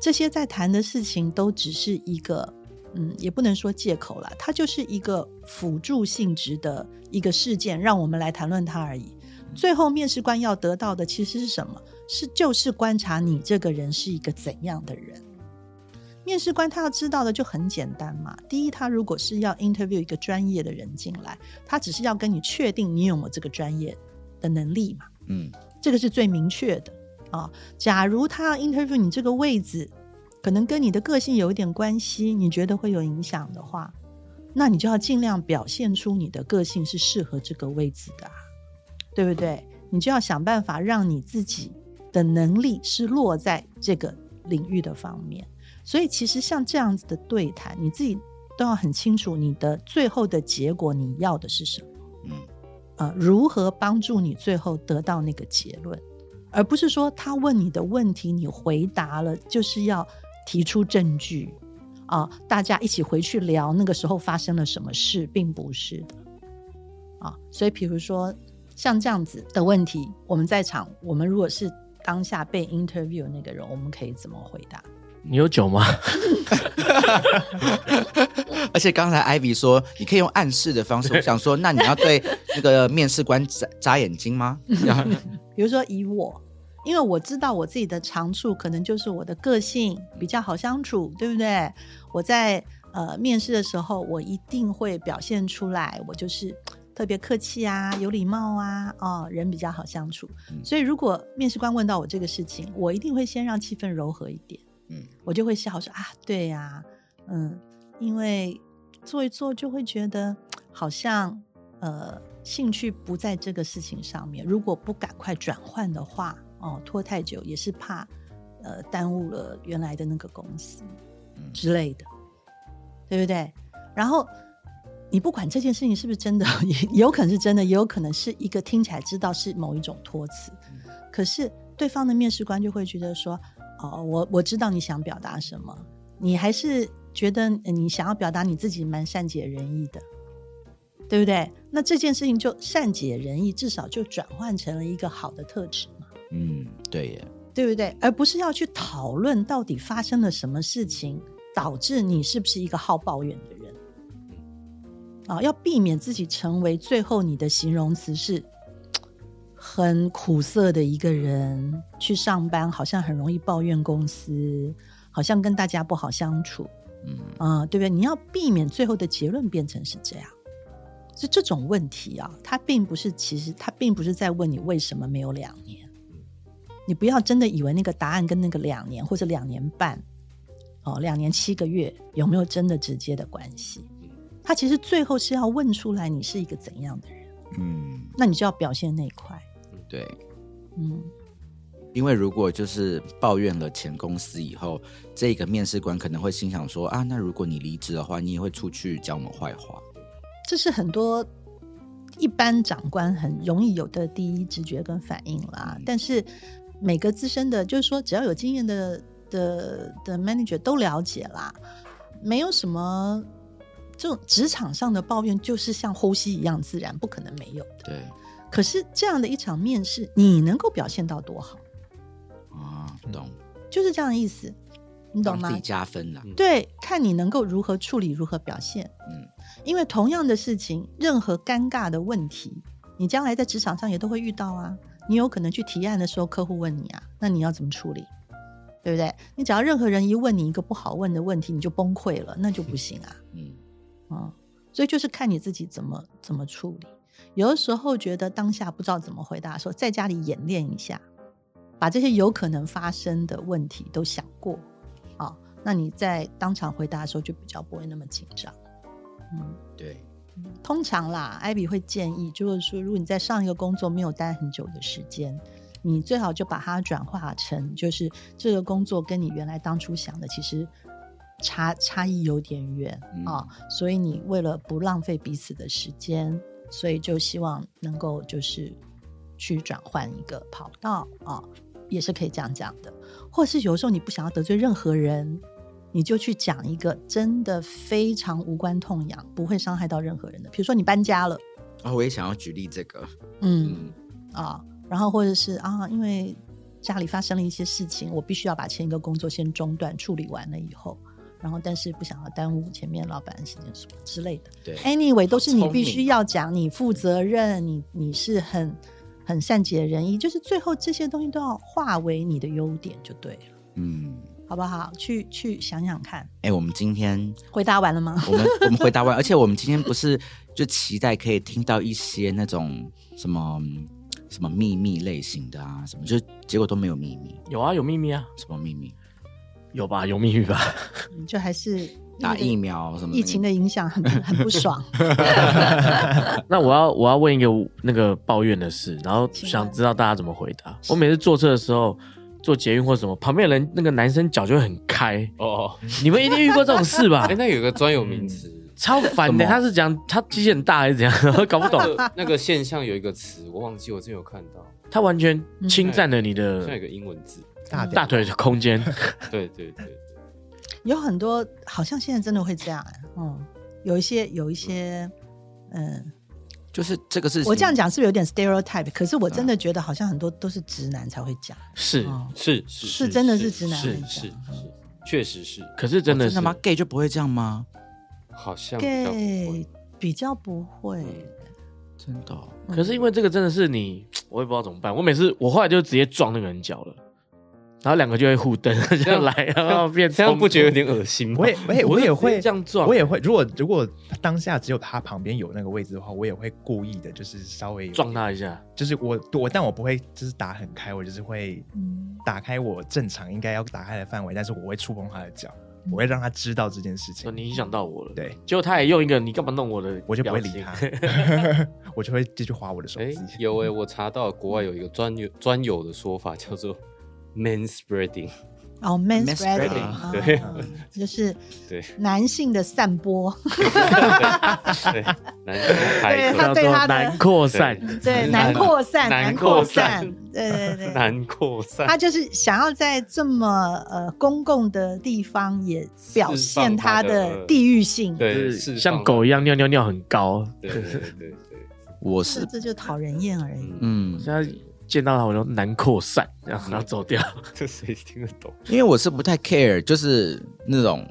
Speaker 4: 这些在谈的事情都只是一个。嗯，也不能说借口啦，它就是一个辅助性质的一个事件，让我们来谈论它而已。最后面试官要得到的其实是什么？是就是观察你这个人是一个怎样的人。面试官他要知道的就很简单嘛。第一，他如果是要 interview 一个专业的人进来，他只是要跟你确定你有没有这个专业的能力嘛，
Speaker 1: 嗯
Speaker 4: 这个是最明确的啊。假如他要 interview 你这个位置，可能跟你的个性有一点关系，你觉得会有影响的话，那你就要尽量表现出你的个性是适合这个位置的啊、对不对？你就要想办法让你自己的能力是落在这个领域的方面。所以其实像这样子的对谈，你自己都要很清楚你的最后的结果你要的是什么。
Speaker 1: 嗯
Speaker 4: 呃，如何帮助你最后得到那个结论，而不是说他问你的问题，你回答了，就是要提出证据啊、大家一起回去聊那个时候发生了什么事，并不是的啊、所以，比如说像这样子的问题，我们在场，我们如果是当下被 interview 的那个人，我们可以怎么回答？
Speaker 2: 你有酒吗？
Speaker 1: 而且刚才艾比说，你可以用暗示的方式，我想说，那你要对那个面试官眨眨眼睛吗？然后
Speaker 4: 比如说以我，因为我知道我自己的长处可能就是我的个性比较好相处，对不对？我在呃面试的时候，我一定会表现出来，我就是特别客气啊，有礼貌啊，哦，人比较好相处。
Speaker 1: 嗯
Speaker 4: 所以如果面试官问到我这个事情，我一定会先让气氛柔和一点，
Speaker 1: 嗯，
Speaker 4: 我就会笑说啊，对呀、嗯，因为做一做就会觉得好像呃兴趣不在这个事情上面，如果不赶快转换的话，哦，拖太久也是怕呃耽误了原来的那个公司
Speaker 1: 嗯
Speaker 4: 之类的，对不对？然后你不管这件事情是不是真的， 也也有可能是真的，也有可能是一个听起来知道是某一种托词，可是对方的面试官就会觉得说，哦，我我知道你想表达什么，你还是觉得呃你想要表达你自己蛮善解人意的，对不对？那这件事情就善解人意，至少就转换成了一个好的特质嘛，
Speaker 1: 嗯，对耶，
Speaker 4: 对不对？而不是要去讨论到底发生了什么事情，导致你是不是一个好抱怨的人。啊，要避免自己成为最后你的形容词是很苦涩的一个人，去上班好像很容易抱怨公司，好像跟大家不好相处，
Speaker 1: 嗯
Speaker 4: 啊、对不对？你要避免最后的结论变成是这样。所以这种问题啊，它并不是，其实它并不是在问你为什么没有两年。你不要真的以为那个答案跟那个两年或者两年半，哦，两年七个月有没有真的直接的关系？他其实最后是要问出来你是一个怎样的人，
Speaker 1: 嗯，
Speaker 4: 那你就要表现那一块。
Speaker 1: 对，
Speaker 4: 嗯，
Speaker 1: 因为如果就是抱怨了前公司以后，这个面试官可能会心想说啊，那如果你离职的话，你也会出去讲我们坏话。
Speaker 4: 这是很多一般长官很容易有的第一直觉跟反应啦。但是每个资深的，就是说只要有经验的的的 manager 都了解啦，没有什么这种职场上的抱怨，就是像呼吸一样自然，不可能没有的。
Speaker 1: 对
Speaker 4: 可是这样的一场面试，你能够表现到多好，
Speaker 1: 啊，懂，
Speaker 4: 就是这样的意思，你懂
Speaker 1: 帮
Speaker 4: 吗？
Speaker 1: 自己加分啦。
Speaker 4: 对，看你能够如何处理，如何表现。
Speaker 1: 嗯，
Speaker 4: 因为同样的事情，任何尴尬的问题，你将来在职场上也都会遇到啊。你有可能去提案的时候，客户问你啊，那你要怎么处理？对不对？你只要任何人一问你一个不好问的问题，你就崩溃了，那就不行啊。
Speaker 1: 嗯
Speaker 4: 嗯，所以就是看你自己怎么怎么处理。有的时候觉得当下不知道怎么回答的时候，在家里演练一下，把这些有可能发生的问题都想过，啊、那你在当场回答的时候就比较不会那么紧张。嗯，
Speaker 1: 对，
Speaker 4: 通常啦，艾比会建议，就是说，如果你在上一个工作没有待很久的时间，你最好就把它转化成，就是这个工作跟你原来当初想的其实差差异有点远啊、
Speaker 1: 嗯
Speaker 4: 所以你为了不浪费彼此的时间，所以就希望能够就是去转换一个跑道啊、也是可以这样讲的。或是有时候你不想要得罪任何人，你就去讲一个真的非常无关痛痒、不会伤害到任何人的，比如说你搬家了，
Speaker 1: 啊、我也想要举例这个，
Speaker 4: 嗯
Speaker 5: 嗯，
Speaker 4: 啊，然后或者是啊，因为家里发生了一些事情，我必须要把前一个工作先中断处理完了以后。然后，但是不想要耽误前面老板的时间什么之类的。
Speaker 1: 对，
Speaker 4: Anyway，都是你
Speaker 1: 聪
Speaker 4: 必
Speaker 1: 明啊
Speaker 4: 须要讲，你负责任，你你是很很善解人意，就是最后这些东西都要化为你的优点就对了。
Speaker 1: 嗯，
Speaker 4: 好不好？去去想想看。
Speaker 1: 哎、我们今天
Speaker 4: 回答完了吗？
Speaker 1: 我们 我们回答完，而且我们今天不是就期待可以听到一些那种什么嗯什么秘密类型的啊，什么就结果都没有秘密，
Speaker 2: 有啊，有秘密啊，
Speaker 1: 什么秘密？
Speaker 2: 有吧，有秘密吧。
Speaker 4: 就还是
Speaker 1: 打疫
Speaker 4: 疫
Speaker 1: 苗什么
Speaker 4: 疫情的影响很不很不爽。
Speaker 2: 那我要我要问一个那个抱怨的事，然后
Speaker 4: 请
Speaker 2: 想
Speaker 4: 问
Speaker 2: 知道大家怎么回答。我每次坐车的时候，坐捷运或什么，旁边的人那个男生脚就会很开，
Speaker 5: 哦，
Speaker 2: 你们一定遇过这种事吧
Speaker 5: 哎，？那有个专有名词，
Speaker 2: 超烦
Speaker 1: 什么
Speaker 2: 的，他是讲他机器很大还是怎样？ 我搞不懂，
Speaker 5: 呃那个现象有一个词，我忘记，我真有看到，
Speaker 2: 他完全侵占了你
Speaker 5: 好像有
Speaker 2: 的
Speaker 5: 个英文字，
Speaker 3: 大
Speaker 4: 嗯
Speaker 2: 大腿的空 间。
Speaker 5: 对对对，
Speaker 4: 有很多好像现在真的会这样、哎嗯，有一些有一些，嗯，
Speaker 1: 就是这个事情，
Speaker 4: 我这样讲是不是有点 stereotype？可是我真的觉得好像很多都是直男才会讲。
Speaker 2: 是，
Speaker 4: 嗯
Speaker 5: 是
Speaker 4: 是真的是直男
Speaker 5: 是
Speaker 4: 会
Speaker 5: 是
Speaker 4: 讲
Speaker 5: 是，确实是，
Speaker 2: 可是真
Speaker 1: 哦真
Speaker 2: 的
Speaker 1: 的
Speaker 2: 是
Speaker 1: 吗？gay 就不会这样吗？
Speaker 5: 好像比较不
Speaker 4: gay
Speaker 5: 会
Speaker 4: 比较不会，
Speaker 1: 真的哦、
Speaker 4: 嗯
Speaker 2: 可是因为这个真的是你，我也不知道怎么办。我每次我后来就直接撞那个人脚了，然后两个就会互蹬， 这样来，然后变
Speaker 5: 这哦样不觉得有
Speaker 2: 冲
Speaker 5: 点恶心吗
Speaker 3: 我？也，我也，
Speaker 2: 突
Speaker 3: 我
Speaker 2: 就直
Speaker 3: 也
Speaker 2: 接
Speaker 3: 会
Speaker 2: 这样撞，
Speaker 3: 我也会。如果如果当下只有他旁边有那个位置的话，我也会故意的，就是稍微有
Speaker 2: 撞，他一下。
Speaker 3: 就是我我，但我不会就是打很开，我就是会
Speaker 4: 嗯
Speaker 3: 打开我正常应该要打开的范围，但是我会触碰他的脚，
Speaker 4: 嗯
Speaker 3: 我会让他知道这件
Speaker 2: 说
Speaker 3: 事情。
Speaker 2: 哦你影响到我了，
Speaker 3: 对，
Speaker 2: 结果他也用一个你干嘛弄我的，
Speaker 3: 我就不会理他。， 我就会继续划我的手
Speaker 5: 哎
Speaker 3: 机。，
Speaker 5: 有哎，我查到国外有一个专有专有的说法叫做 “man spreading”，
Speaker 4: 哦，man
Speaker 1: Man
Speaker 4: spreading，
Speaker 1: spreading，
Speaker 4: 啊
Speaker 5: 对
Speaker 4: 就是
Speaker 5: 对
Speaker 4: 男性的散播，
Speaker 5: 对，南 海
Speaker 4: 他
Speaker 2: 叫
Speaker 4: 对
Speaker 2: 做
Speaker 4: 他的
Speaker 2: 难扩散。
Speaker 4: 对，南扩散，
Speaker 5: 南
Speaker 4: 南
Speaker 5: 扩
Speaker 4: 扩
Speaker 5: 散
Speaker 4: 散，对对对，
Speaker 5: 南扩 散
Speaker 4: 他，就是想要在这么呃公共的地方也表现他的地域性，
Speaker 5: 对，
Speaker 2: 就是像狗，一样尿尿尿很高，
Speaker 5: 对对对对对，
Speaker 1: 我
Speaker 4: 这
Speaker 1: 是
Speaker 4: 这就讨人厌而已。
Speaker 5: 嗯，
Speaker 1: 嗯，
Speaker 2: 现在见到他我就难扩散，然后然后走掉。
Speaker 5: 这谁听得懂？。
Speaker 1: 因为我是不太 care，就是那种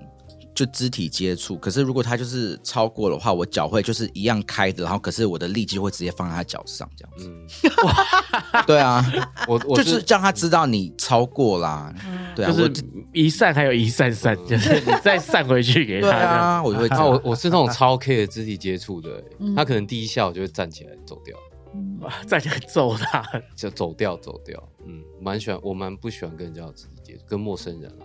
Speaker 1: 就肢体接触。可是如果他就是超过的话，我脚会就是一样开的，然后可是我的力气会直接放在他脚上，这样
Speaker 5: 嗯，
Speaker 1: 对啊，
Speaker 5: 我我
Speaker 1: 就是让他知道你超过啦。
Speaker 4: 嗯
Speaker 1: 对啊，
Speaker 2: 就
Speaker 1: 我
Speaker 2: 是一散还有一散散，就是你再散回去给他
Speaker 1: 对
Speaker 2: 这样。
Speaker 1: 啊，我就会这
Speaker 5: 啊，
Speaker 1: 样
Speaker 5: 我我是那种超 K 的肢体接触的、欸
Speaker 4: 嗯
Speaker 5: 他可能第一下我就会站起来走掉，
Speaker 4: 嗯
Speaker 2: 哇站起来揍他，
Speaker 5: 就走掉走掉。嗯，蛮喜欢，我蛮不喜欢跟人家有肢体接触，跟陌生人啊。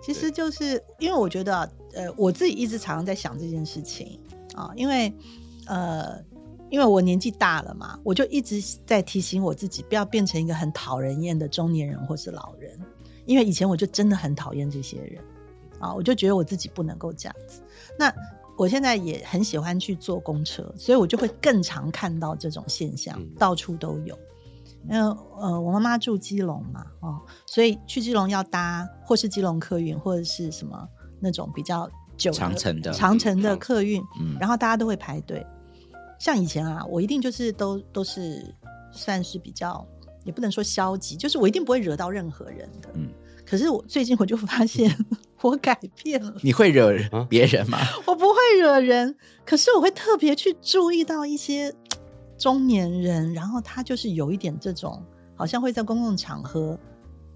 Speaker 4: 其实就是因为我觉得，呃，我自己一直常常在想这件事情啊，因为呃，因为我年纪大了嘛，我就一直在提醒我自己，不要变成一个很讨人厌的中年人或是老人，因为以前我就真的很讨厌这些人啊，我就觉得我自己不能够这样子。那我现在也很喜欢去坐公车，所以我就会更常看到这种现象，
Speaker 5: 嗯
Speaker 4: 到处都有。因为呃，我妈妈住基隆嘛，哦，所以去基隆要搭或是基隆客运或者是什么那种比较久的
Speaker 1: 长程的
Speaker 4: 长程的客运，
Speaker 1: 嗯
Speaker 4: 然后大家都会排队。像以前啊，我一定就是都都是算是比较，也不能说消极，就是我一定不会惹到任何人的。
Speaker 1: 嗯
Speaker 4: 可是我最近我就发现我改变了，
Speaker 1: 你会惹
Speaker 5: 啊
Speaker 1: 别人吗？
Speaker 4: 我不会惹人，可是我会特别去注意到一些中年人，然后他就是有一点这种，好像会在公共场合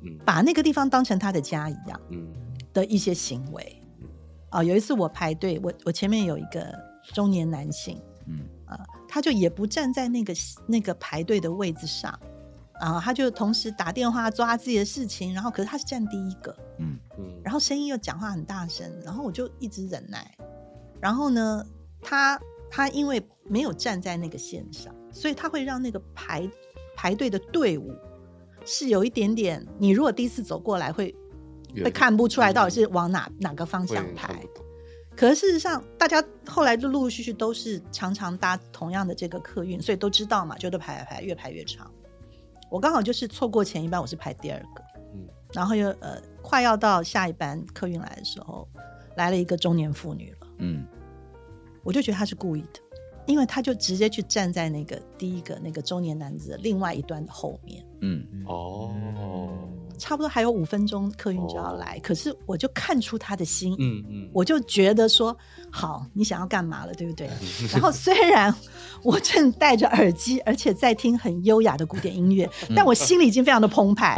Speaker 5: 嗯
Speaker 4: 把那个地方当成他的家一样。
Speaker 5: 嗯
Speaker 4: 的一些行为。啊、有一次我排队，我我前面有一个中年男性，
Speaker 1: 嗯
Speaker 4: 啊、他就也不站在那个那个排队的位置上，啊、他就同时打电话做他自己的事情，然后可是他是占第一个，
Speaker 1: 嗯，
Speaker 5: 嗯，
Speaker 4: 然后声音又讲话很大声，然后我就一直忍耐。然后呢，他他因为没有站在那个线上，所以他会让那个排排队的队伍是有一点点，你如果第一次走过来会
Speaker 5: 有
Speaker 4: 会
Speaker 5: 点
Speaker 4: 看不出来到底是往哪、哪个方
Speaker 5: 嗯会有
Speaker 4: 向
Speaker 5: 点看
Speaker 4: 排
Speaker 5: 不。懂
Speaker 4: 可是事实上，大家后来就陆陆续续都是常常搭同样的这个客运，所以都知道嘛，就都排排排，越排越长。我刚好就是错过前一班，我是排第二个，
Speaker 5: 嗯
Speaker 4: 然后又呃快要到下一班客运来的时候，来了一个中年妇女了，
Speaker 1: 嗯，
Speaker 4: 我就觉得她是故意的，因为她就直接去站在那个第一个那个中年男子的另外一端的后面，
Speaker 1: 嗯，
Speaker 5: 哦，
Speaker 4: 差不多还有五分钟客运就要来，可是我就看出她的心意，
Speaker 5: 嗯嗯，
Speaker 4: 我就觉得说，好，你想要干嘛了，对不对？
Speaker 5: 嗯
Speaker 4: 然后虽然我正戴着耳机，而且在听很优雅的古典音乐，
Speaker 5: 嗯
Speaker 4: 但我心里已经非常的澎 湃，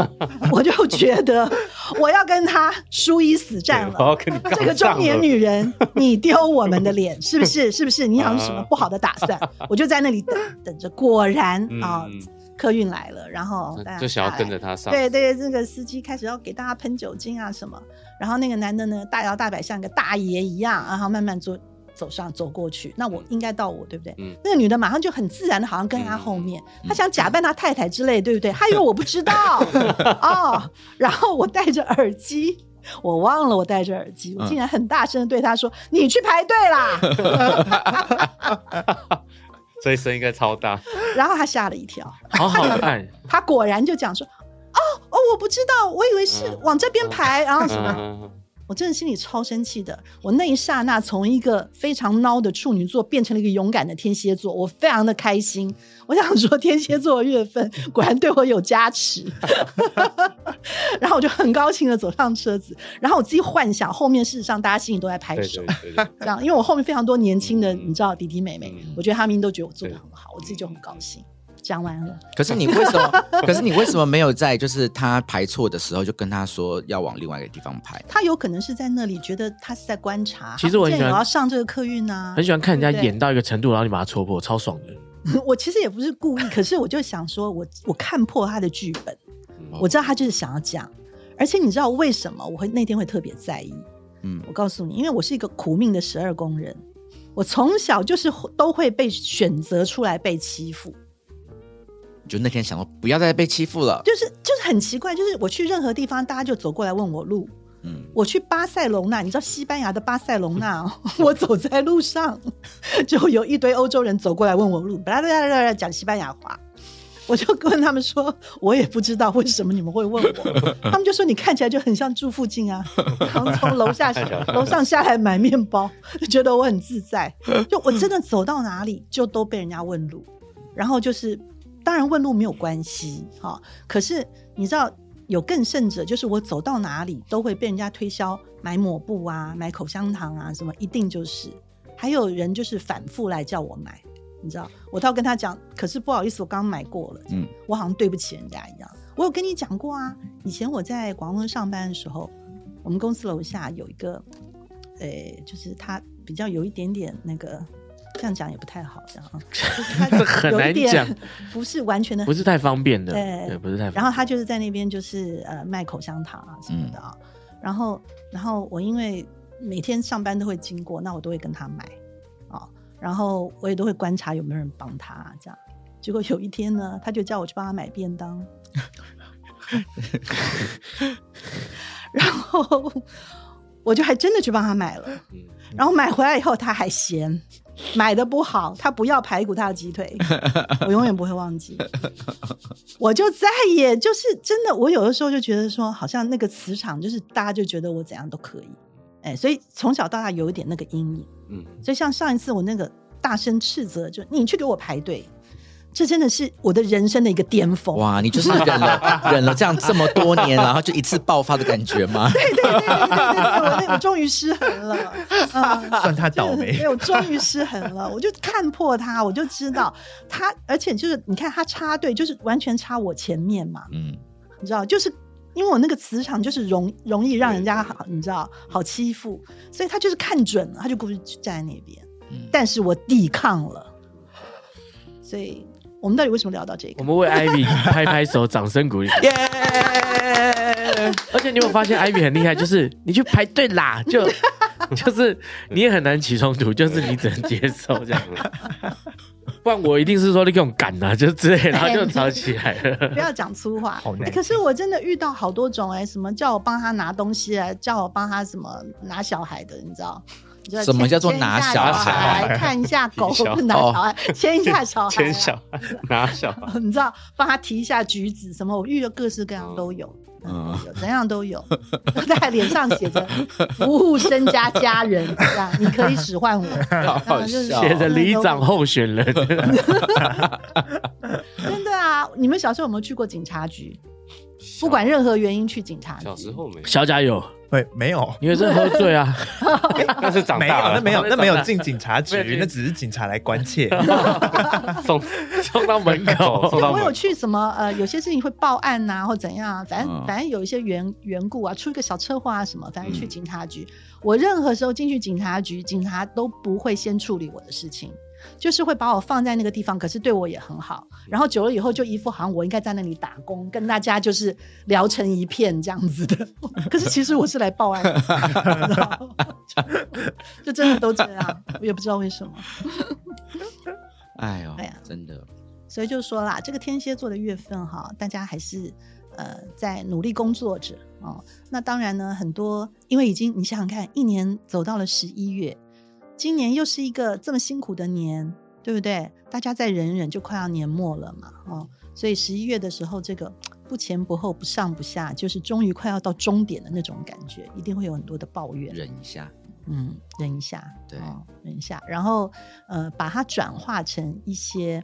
Speaker 4: 我就觉得我要跟他殊一死战
Speaker 5: 对我
Speaker 4: 了。
Speaker 5: 要跟你
Speaker 4: 这个
Speaker 5: 杠上
Speaker 4: 中年
Speaker 5: 了
Speaker 4: 女人，你丢我们的脸，是不是？是不是？你好像有什么
Speaker 5: 啊
Speaker 4: 不好的打算？我就在那里等等着，果然
Speaker 5: 嗯
Speaker 4: 啊，
Speaker 5: 嗯
Speaker 4: 客运来了，然后大
Speaker 5: 那
Speaker 4: 家
Speaker 5: 就想
Speaker 4: 下
Speaker 5: 要跟
Speaker 4: 来
Speaker 5: 着他上，
Speaker 4: 对对，那个司机开始要给大家喷酒精啊什么，然后那个男的呢大摇大摆像个大爷一样，然后慢慢走走上走过去，那我应该到我对不对？
Speaker 5: 嗯
Speaker 4: 那个女的马上就很自然的，好像跟他后面，
Speaker 1: 嗯
Speaker 4: 她想假扮他太太之类，对不对？她以为我不知 道哦，然后我戴着耳机。我忘了我戴着耳机，
Speaker 1: 嗯
Speaker 4: 我竟然很大声的对她说：“你去排队 啦！”
Speaker 5: 所以声应该超大，
Speaker 4: 然后她吓了一跳，
Speaker 2: 好好看，
Speaker 4: 她果然就讲说：“哦哦，我不知道，我以为是
Speaker 5: 嗯
Speaker 4: 往这边排，然后什么。”
Speaker 5: 嗯，
Speaker 4: 我真的心里超生气的。我那一刹那从一个非常孬的处女座变成了一个勇敢的天蝎座，我非常的开心。我想说，天蝎座的月份果然对我有加持。 然后我就很高兴的走上车子，然后我自己幻想后面事实上大家心里都在拍
Speaker 5: 对
Speaker 4: 手
Speaker 5: 对，对对，
Speaker 4: 这样，因为我后面非常多年轻的，
Speaker 5: 嗯
Speaker 4: 你知道弟弟妹妹
Speaker 5: 嗯，
Speaker 4: 我觉得他们都觉得我做的很好，我自己就很高兴。讲完了，
Speaker 1: 可是你为 什么？可是你为什么没有在就是他排错的时候就跟他说要往另外一个地方排？
Speaker 4: 他有可能是在那里觉得他是在观察，
Speaker 2: 其实我很
Speaker 4: 他不见得
Speaker 2: 喜欢
Speaker 4: 有要上这个客运啊，
Speaker 2: 很喜欢看人
Speaker 4: 对
Speaker 2: 家
Speaker 4: 不对
Speaker 2: 演到一个程度，然后你把它戳破，超爽的。
Speaker 4: 我其实也不是故意，可是我就想说我，我看破他的剧本，
Speaker 1: 哦
Speaker 5: 嗯
Speaker 4: 我知道他就是想要这样。而且你知道为什么我会那天会特别在意？
Speaker 1: 嗯
Speaker 4: 我告诉你，因为我是一个苦命的十二宫人，我从小就是都会被选择出来被欺负，
Speaker 1: 就那天想说不要再被欺负了。
Speaker 4: 就是就是很奇怪，就是我去任何地方，大家就走过来问我路。
Speaker 1: 嗯，
Speaker 4: 我去巴塞隆纳，你知道西班牙的巴塞隆纳、哦， 我走在路上， 就有一堆欧洲人走过来问我路，巴拉巴拉巴拉巴拉讲西班牙话，我就跟他们说，我也不知道为什么你们会问我，他们就说你看起来就很像住附近啊，然后从楼下楼上下来买面包，就觉得我很自在，就我真的走到哪里就都被人家问路，然后就是当然问路没有关系哈、可是你知道，有更甚者，就是我走到哪里都会被人家推销买抹布啊、买口香糖啊什么，一定就是。还有人就是反复来叫我买，你知道，我倒跟他讲，可是不好意思，我刚买过了，
Speaker 1: 嗯
Speaker 4: 我好像对不起人家一样。我有跟你讲过啊，以前我在广东上班的时候，我们公司楼下有一个，呃，就是他比较有一点点那个。这样讲也不太好，这样啊，就是他
Speaker 2: 这 很
Speaker 4: 有一
Speaker 2: 难
Speaker 4: 点
Speaker 2: 讲，
Speaker 4: 不是完全的，
Speaker 2: 不是太方便的，
Speaker 4: 对
Speaker 2: 对，不是太方便。
Speaker 4: 然后他就是在那边就是呃卖口香糖啊什么的
Speaker 2: 嗯
Speaker 4: 啊、然后然后我因为每天上班都会经过，那我都会跟他买啊、哦然后我也都会观察有没有人帮他、这样。结果有一天呢，他就叫我去帮他买 便当，然后我就还真的去帮他买了。
Speaker 5: 嗯
Speaker 4: 然后买回来以后他还嫌买的不好，他不要排骨，他要 鸡腿，我永远不会忘记。我就再也就是真的，我有的时候就觉得说，好像那个磁场就是大家就觉得我怎样都可以，哎，所以从小到大有一点那个阴影。
Speaker 5: 嗯，
Speaker 4: 所以像上一次我那个大声斥责，就你去给我排队，这真的是我的人生的一个巅峰。
Speaker 1: 哇，你就是忍了忍了这样这么多年，然后就一次爆发的感觉吗？
Speaker 4: 对对对对对对对，我我终于失衡 了，嗯，
Speaker 3: 算他倒霉
Speaker 4: 就是 对，我终于失衡了，我就看破他，我就知道他，而且就是你看他插队，就是完全插我前面嘛，
Speaker 1: 嗯，
Speaker 4: 你知道，就是因为我那个磁场就是容容易让人家好，你知道好欺负，所以他就是看准了，他就故意站在那边
Speaker 1: 嗯，
Speaker 4: 但是我抵抗了，所以我们到底为什么聊到这个
Speaker 2: 我？们为 Ivy 拍拍手，掌声鼓励。
Speaker 1: 耶、
Speaker 2: 而且你有没有发现 Ivy 很厉害，就是你去排队啦，就就是你也很难起冲突，就是你只能接受这样。不然我一定是说你给我赶啊，就之类，然后就吵起来了。
Speaker 4: 不要讲粗话。
Speaker 3: 好难
Speaker 4: 欸可是我真的遇到好多种哎、什么叫我帮他拿东西啊，叫我帮他什么拿小孩的，你知道？就要
Speaker 1: 什么
Speaker 4: 牵
Speaker 1: 叫做
Speaker 4: 牵一下
Speaker 1: 拿
Speaker 4: 小
Speaker 1: 小
Speaker 5: 孩
Speaker 4: 看一下狗，
Speaker 5: 小
Speaker 4: 不是拿小孩，牵一下小孩啊，
Speaker 5: 牵小孩，拿小 孩，
Speaker 4: 你知道，帮他提一下橘子什么，我遇到各式各样都有。嗯，都有怎样都有，在脸上写着“服务身家家人”，这样你可以使唤我，
Speaker 1: 好
Speaker 4: 当
Speaker 1: 好
Speaker 4: 然就是
Speaker 1: 笑
Speaker 2: 写着
Speaker 1: 哦。
Speaker 2: 里长候选人，
Speaker 4: 真的啊！你们小时候有没有去过警察局？不管任何原因去警察局。
Speaker 5: 小时候没有，
Speaker 2: 小甲有，
Speaker 3: 对，没有，
Speaker 2: 你也是喝醉啊？
Speaker 5: 但是长
Speaker 3: 没有，
Speaker 5: 大了
Speaker 3: 那没有，那没 有进警察
Speaker 2: 没有
Speaker 3: 局
Speaker 2: 进，
Speaker 3: 那只是警察来关切。
Speaker 5: 送
Speaker 2: 送到门口，
Speaker 5: 送到
Speaker 4: 我有
Speaker 5: 门，
Speaker 4: 去什么呃，有些事情会报案呐、或怎样啊，反正、
Speaker 1: 嗯
Speaker 4: 反正有一些缘缘故啊，出一个小车祸啊什么，反正去
Speaker 1: 嗯
Speaker 4: 警察局。我任何时候进去警察局，警察都不会先处理我的事情，就是会把我放在那个地方，可是对我也很好。
Speaker 1: 嗯
Speaker 4: 然后久了以后，就一副好像我应该在那里打工，跟大家就是聊成一片这样子的。 可是其实我是来报案的， 你知道吗就真的都这样，我也不知道为什么。
Speaker 1: 哎呦
Speaker 4: 哎呀，
Speaker 1: 真的，
Speaker 4: 所以就说啦，这个天蝎座的月份哈，大家还是呃在努力工作着哦。那当然呢，很多因为已经你想想看，一年走到了十一月，今年又是一个这么辛苦的年，对不对？大家再忍忍，就快要年末了嘛，哦。所以十一月的时候，这个不前不后、不上不下，就是终于快要到终点的那种感觉，一定会有很多的抱怨。
Speaker 1: 忍一下。
Speaker 4: 嗯，忍一下，
Speaker 1: 对
Speaker 4: 哦忍一下，然后呃，把它转化成一些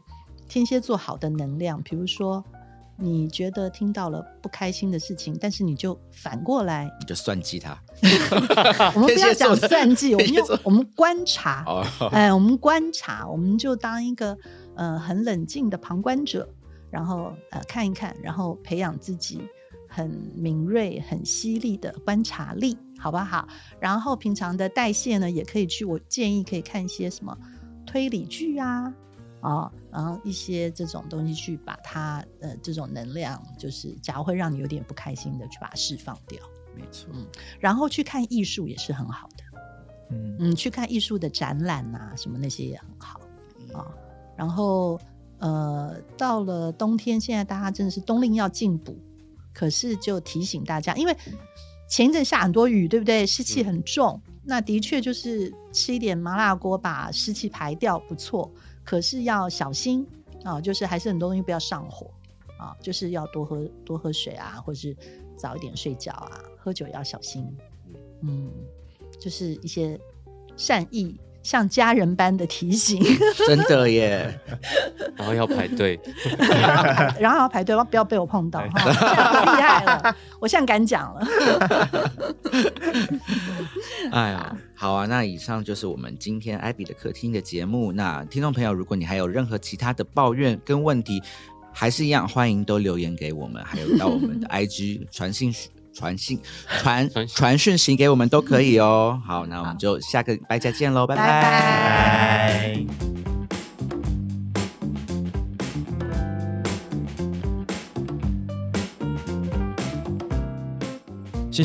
Speaker 4: 天蝎座好的能量，比如说你觉得听到了不开心的事情，但是你就反过来，
Speaker 1: 你就算计他
Speaker 4: 我们不要
Speaker 1: 天蝎座
Speaker 4: 讲
Speaker 1: 的
Speaker 4: 算计，我们
Speaker 1: 天蝎
Speaker 4: 用
Speaker 1: 座
Speaker 4: 我们观察，
Speaker 1: 哦，
Speaker 4: 哎，我们观察，我们就当一个呃很冷静的旁观者，然后呃看一看，然后培养自己很敏锐、很犀利的观察力，好不好？然后平常的代谢呢，也可以去，我建议可以看一些什么推理剧啊。啊、然后一些这种东西去把它呃这种能量，就是假如会让你有点不开心的，去把它释放掉，
Speaker 1: 没 错，
Speaker 4: 然后去看艺术也是很好的。
Speaker 3: 嗯，
Speaker 4: 嗯，去看艺术的展览啊，什么那些也很好啊、然后呃，到了冬天，现在大家真的是冬令要进补，可是就提醒大家，因为前一阵下很多雨，对不对？湿气很重，那的确就是吃一点麻辣锅把湿气排掉不错，可是要小心啊、就是还是很多东西不要上火啊、就是要多喝多喝水啊，或是早一点睡觉啊，喝酒也要小心，嗯。就是一些善意，像家人般的提醒，
Speaker 1: 真的耶，
Speaker 5: 然后要排队，
Speaker 4: 然后要排队，不要被我碰到哈，这样厉害了，我现在敢讲了。
Speaker 1: 哎呀，好啊，那以上就是我们今天艾比的客厅的节目。那听众朋友，如果你还有任何其他的抱怨跟问题，还是一样欢迎都留言给我们，还有到我们的 IG 传信传信传
Speaker 5: 传信
Speaker 1: 传讯息给我们都可以哦。好，那我们就下个礼拜再见喽，拜
Speaker 4: 拜拜
Speaker 5: 哎
Speaker 3: 拜。
Speaker 6: 谢